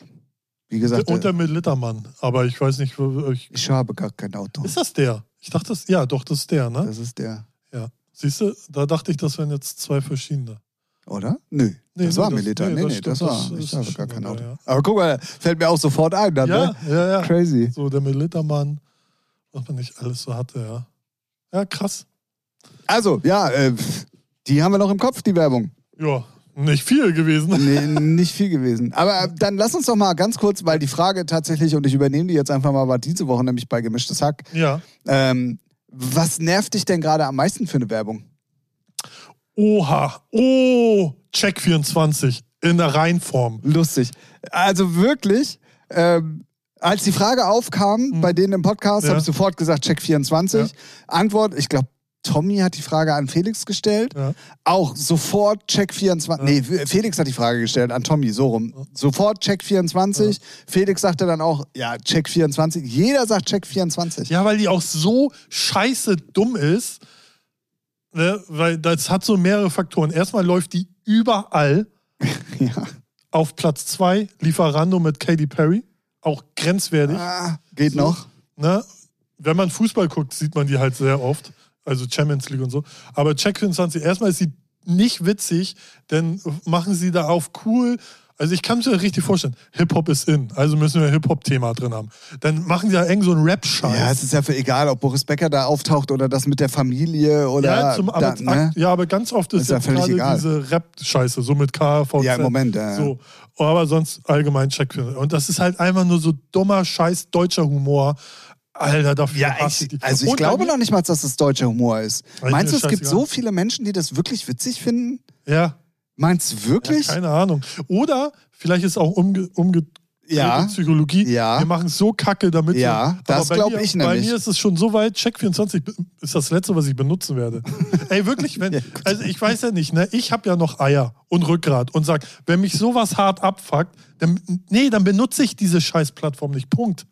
A: Wie gesagt,
B: Und
A: äh,
B: der mit Littermann, aber ich weiß nicht, wo- ich,
A: ich habe gar kein Auto.
B: ist das der? Ich dachte, das, ja, doch, das ist der, ne?
A: Das ist der,
B: Ja. Siehst du, da dachte ich, das wären jetzt zwei verschiedene.
A: oder? Nö.
B: Nee,
A: das
B: nee,
A: war
B: das-
A: Militär.
B: nee,
A: Nee, nee, das,
B: das stimmt,
A: war.
B: das-
A: ich
B: das
A: habe gar
B: stimmt,
A: kein Auto.
B: ja.
A: Aber guck mal, fällt mir auch sofort ein dann,
B: Ja,
A: ne?
B: ja, ja.
A: Crazy.
B: So der mit Littermann, was man nicht alles so hatte, ja. Ja, krass.
A: Also, ja, äh, pff, die haben wir noch im Kopf, die Werbung.
B: Ja, nicht viel gewesen. [LAUGHS]
A: Nee, [LAUGHS] nicht viel gewesen. Aber äh, dann lass uns doch mal ganz kurz, weil die Frage tatsächlich, und ich übernehme die jetzt einfach mal, war diese Woche nämlich bei Gemischtes Hack.
B: Ja.
A: Ähm, was nervt dich denn gerade am meisten für eine Werbung?
B: Oha. Oh, Check 24 in der Reinform.
A: Lustig. Also wirklich, ähm, als die Frage aufkam bei denen im Podcast,
B: Hm. Ja.
A: habe ich sofort gesagt, Check 24. Antwort, ich glaube, Tommy hat die Frage an Felix gestellt.
B: Ja.
A: Auch sofort Check 24. Nee, Felix hat die Frage gestellt an Tommy, so rum. Sofort Check 24. Felix sagte dann auch, ja, Check 24. Jeder sagt Check 24.
B: Ja, weil die auch so scheiße dumm ist. Ne? Weil das hat so mehrere Faktoren. Erstmal läuft die überall.
A: [LAUGHS] Ja.
B: Auf Platz 2 Lieferando mit Katy Perry. Auch grenzwertig.
A: Ah, geht noch.
B: Ne? Wenn man Fußball guckt, sieht man die halt sehr oft. Also Champions League und so. Aber Check 24, erstmal ist sie nicht witzig, denn machen sie da auf cool. Also ich kann es mir richtig vorstellen. Hip-Hop ist in, also müssen wir ein Hip-Hop-Thema drin haben. Dann machen sie da eng so einen Rap-Scheiß.
A: Ja, es ist ja für egal, ob Boris Becker da auftaucht oder das mit der Familie oder.
B: Ja, zum, aber,
A: da, ne?
B: ja, aber ganz oft ist,
A: Ist ja
B: jetzt
A: völlig
B: gerade
A: egal.
B: diese Rap-Scheiße, so mit KVZ.
A: Ja, im Moment, äh. ja, ja.
B: So. Aber sonst allgemein check Und das ist halt einfach nur so dummer Scheiß deutscher Humor. Alter, dafür
A: Ja,
B: hasse
A: ich,
B: die.
A: also ich
B: Und
A: glaube
B: dann-
A: noch nicht mal, dass das deutscher Humor ist.
B: Weil
A: Meinst du,
B: mir
A: es gibt
B: scheißegal.
A: so viele Menschen, die das wirklich witzig finden?
B: Ja,
A: Meinst du wirklich?
B: keine Ahnung. Oder vielleicht ist auch umge, umge
A: Ja.
B: Psychologie.
A: Ja.
B: Wir machen so kacke damit.
A: Ja,
B: wir- Aber
A: das
B: bei
A: glaub
B: mir-
A: ich
B: Bei
A: nämlich.
B: mir ist es schon so weit, Check 24 ist das letzte, was ich benutzen
A: [LAUGHS]
B: werde. Ey, wirklich, wenn,
A: Ja, gut.
B: also ich weiß ja nicht, ne? Ich habe ja noch Eier und Rückgrat und sag, wenn mich sowas hart abfuckt, dann nee, dann benutze ich diese scheiß Plattform nicht. Punkt.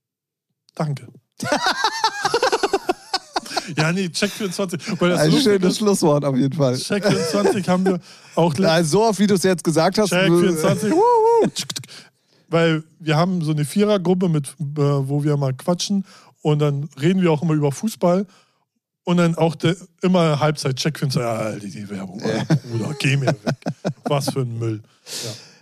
A: [LAUGHS]
B: Danke. ja, nee, Check 24, weil das
A: Ein
B: Lustige
A: schönes Schlusswort auf jeden Fall.
B: Check 24 haben wir auch
A: Also so oft, wie du es jetzt gesagt hast.
B: Check 24. Weil wir haben so eine Vierergruppe, mit, äh, wo wir mal quatschen und dann reden wir auch immer über Fußball und dann auch der, immer Halbzeit Check 24. Ja, Alter, die Werbung, Alter, Bruder, geh mir weg. Was für ein Müll.
A: [LAUGHS]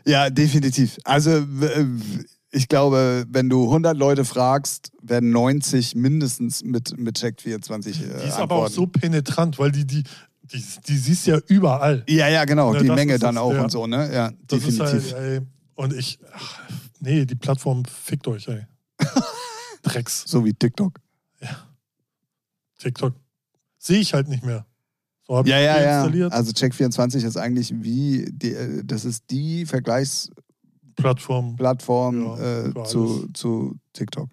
A: Ja, definitiv. Also w- w- ich glaube, wenn du 100 Leute fragst, werden 90 mindestens mit, mit Check 24 äh,
B: Die ist aber auch
A: antworten.
B: so penetrant, weil die, die, die, die siehst ja überall.
A: ja, ja, genau.
B: Ja,
A: die
B: das
A: Menge
B: ist
A: dann
B: es,
A: auch
B: ja.
A: und so, ne? Ja,
B: Das
A: definitiv.
B: ist halt, ey, und ich, ach, Nee, die Plattform fickt
A: [LAUGHS]
B: euch, ey. Drecks.
A: So wie TikTok.
B: TikTok. Sehe ich halt nicht mehr. So habe
A: Ja,
B: ich
A: ja,
B: die
A: ja.
B: installiert.
A: Also Check24 ist eigentlich wie, die, äh, das ist die Vergleichsplattform
B: Plattform. Ja,
A: äh,
B: für
A: zu, zu TikTok.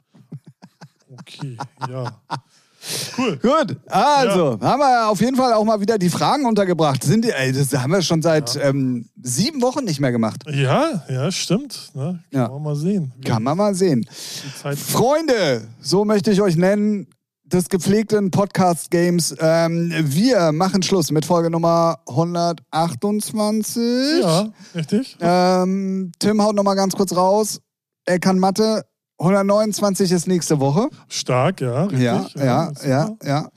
B: Okay, ja. Cool.
A: Gut, also haben wir auf jeden Fall auch mal wieder die Fragen untergebracht. Sind die, ey, das haben wir schon seit ähm, sieben Wochen nicht mehr gemacht.
B: Ja, ja, stimmt. Ne? Kann
A: Ja.
B: man mal sehen. wie
A: Kann man mal sehen.
B: Die Zeit
A: Freunde, so möchte ich euch nennen, des gepflegten Podcast-Games. Ähm, wir machen Schluss mit Folge Nummer 128.
B: ja, richtig.
A: Ähm, Tim haut nochmal ganz kurz raus. Er kann Mathe. 129 ist nächste Woche.
B: Stark, ja, richtig.
A: Ja, ja,
B: super.
A: ja, ja.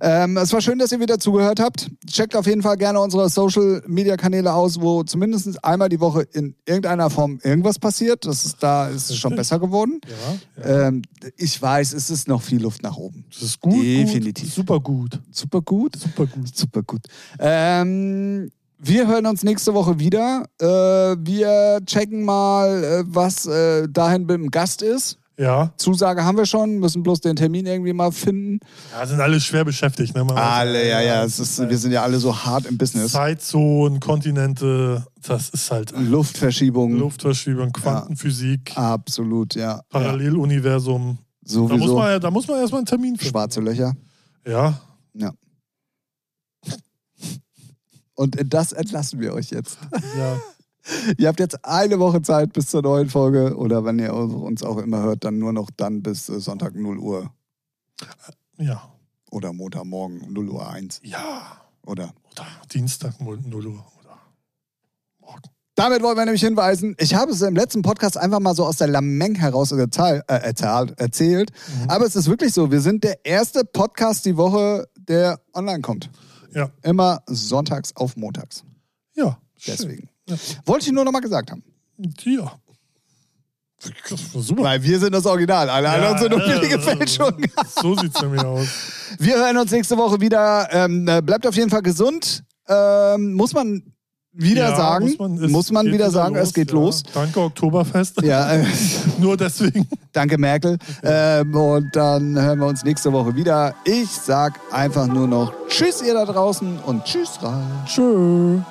A: Ähm, es war schön, dass ihr wieder zugehört habt. Checkt auf jeden Fall gerne unsere Social Media Kanäle aus, wo zumindest einmal die Woche in irgendeiner Form irgendwas passiert. Das ist, da ist es schon besser geworden.
B: Ja, ja.
A: Ähm, ich weiß, es ist noch viel Luft nach oben.
B: Das ist gut.
A: Definitiv.
B: Gut. Super gut.
A: Super gut.
B: Super gut.
A: Super gut. Ähm, wir hören uns nächste Woche wieder. Äh, wir checken mal, äh, was äh, dahin mit dem Gast ist.
B: Ja.
A: Zusage haben wir schon, müssen bloß den Termin irgendwie mal finden.
B: ja, sind alle schwer beschäftigt. Ne? Man weiß-
A: Alle, ja, ja. Es ist, wir sind ja alle so hart im Business.
B: Zeitzonen, Kontinente, das ist halt
A: Mhm. Luftverschiebung.
B: Luftverschiebung,
A: Ah,
B: Quantenphysik,
A: Absolut, ja. ja.
B: Paralleluniversum. Da muss,
A: Sowieso.
B: man, ja- da muss man erstmal einen Termin finden.
A: Schwarze Löcher.
B: Ja,
A: Und in das entlassen wir euch jetzt.
B: ja.
A: Ihr habt jetzt eine Woche Zeit bis zur neuen Folge oder wenn ihr uns auch immer hört, dann nur noch dann bis äh, Sonntag 0 Uhr
B: Ja.
A: oder Montagmorgen 0 Uhr 1
B: Ja.
A: oder.
B: Oder Dienstag 0 Uhr. Oder morgen.
A: Damit wollen wir nämlich hinweisen, ich habe es im letzten Podcast einfach mal so aus der Lameng heraus erzähl- äh, erzählt, erzählt. aber es ist wirklich so, wir sind der erste Podcast die Woche, der online kommt.
B: Ja.
A: Immer sonntags auf montags.
B: Ja. schön.
A: Deswegen.
B: Ja.
A: Wollte ich nur nochmal gesagt haben.
B: Ja. Das war super.
A: Weil wir sind das Original. Alle anderen sind nur billige Fälschungen.
B: So sieht es nämlich aus.
A: Wir hören uns nächste Woche wieder. Ähm, äh, bleibt auf jeden Fall gesund. Ähm, muss man [LAUGHS] wieder
B: Ja,
A: sagen.
B: Muss man, es
A: wieder,
B: geht
A: sagen, es geht
B: ja.
A: los.
B: Danke, Oktoberfest.
A: Ja, äh,
B: [LAUGHS] Nur deswegen.
A: danke Merkel. Ähm, und dann hören wir uns nächste Woche wieder. Ich sag einfach nur noch Tschüss, ihr da draußen und Tschüss, Ralf.
B: Tschüss.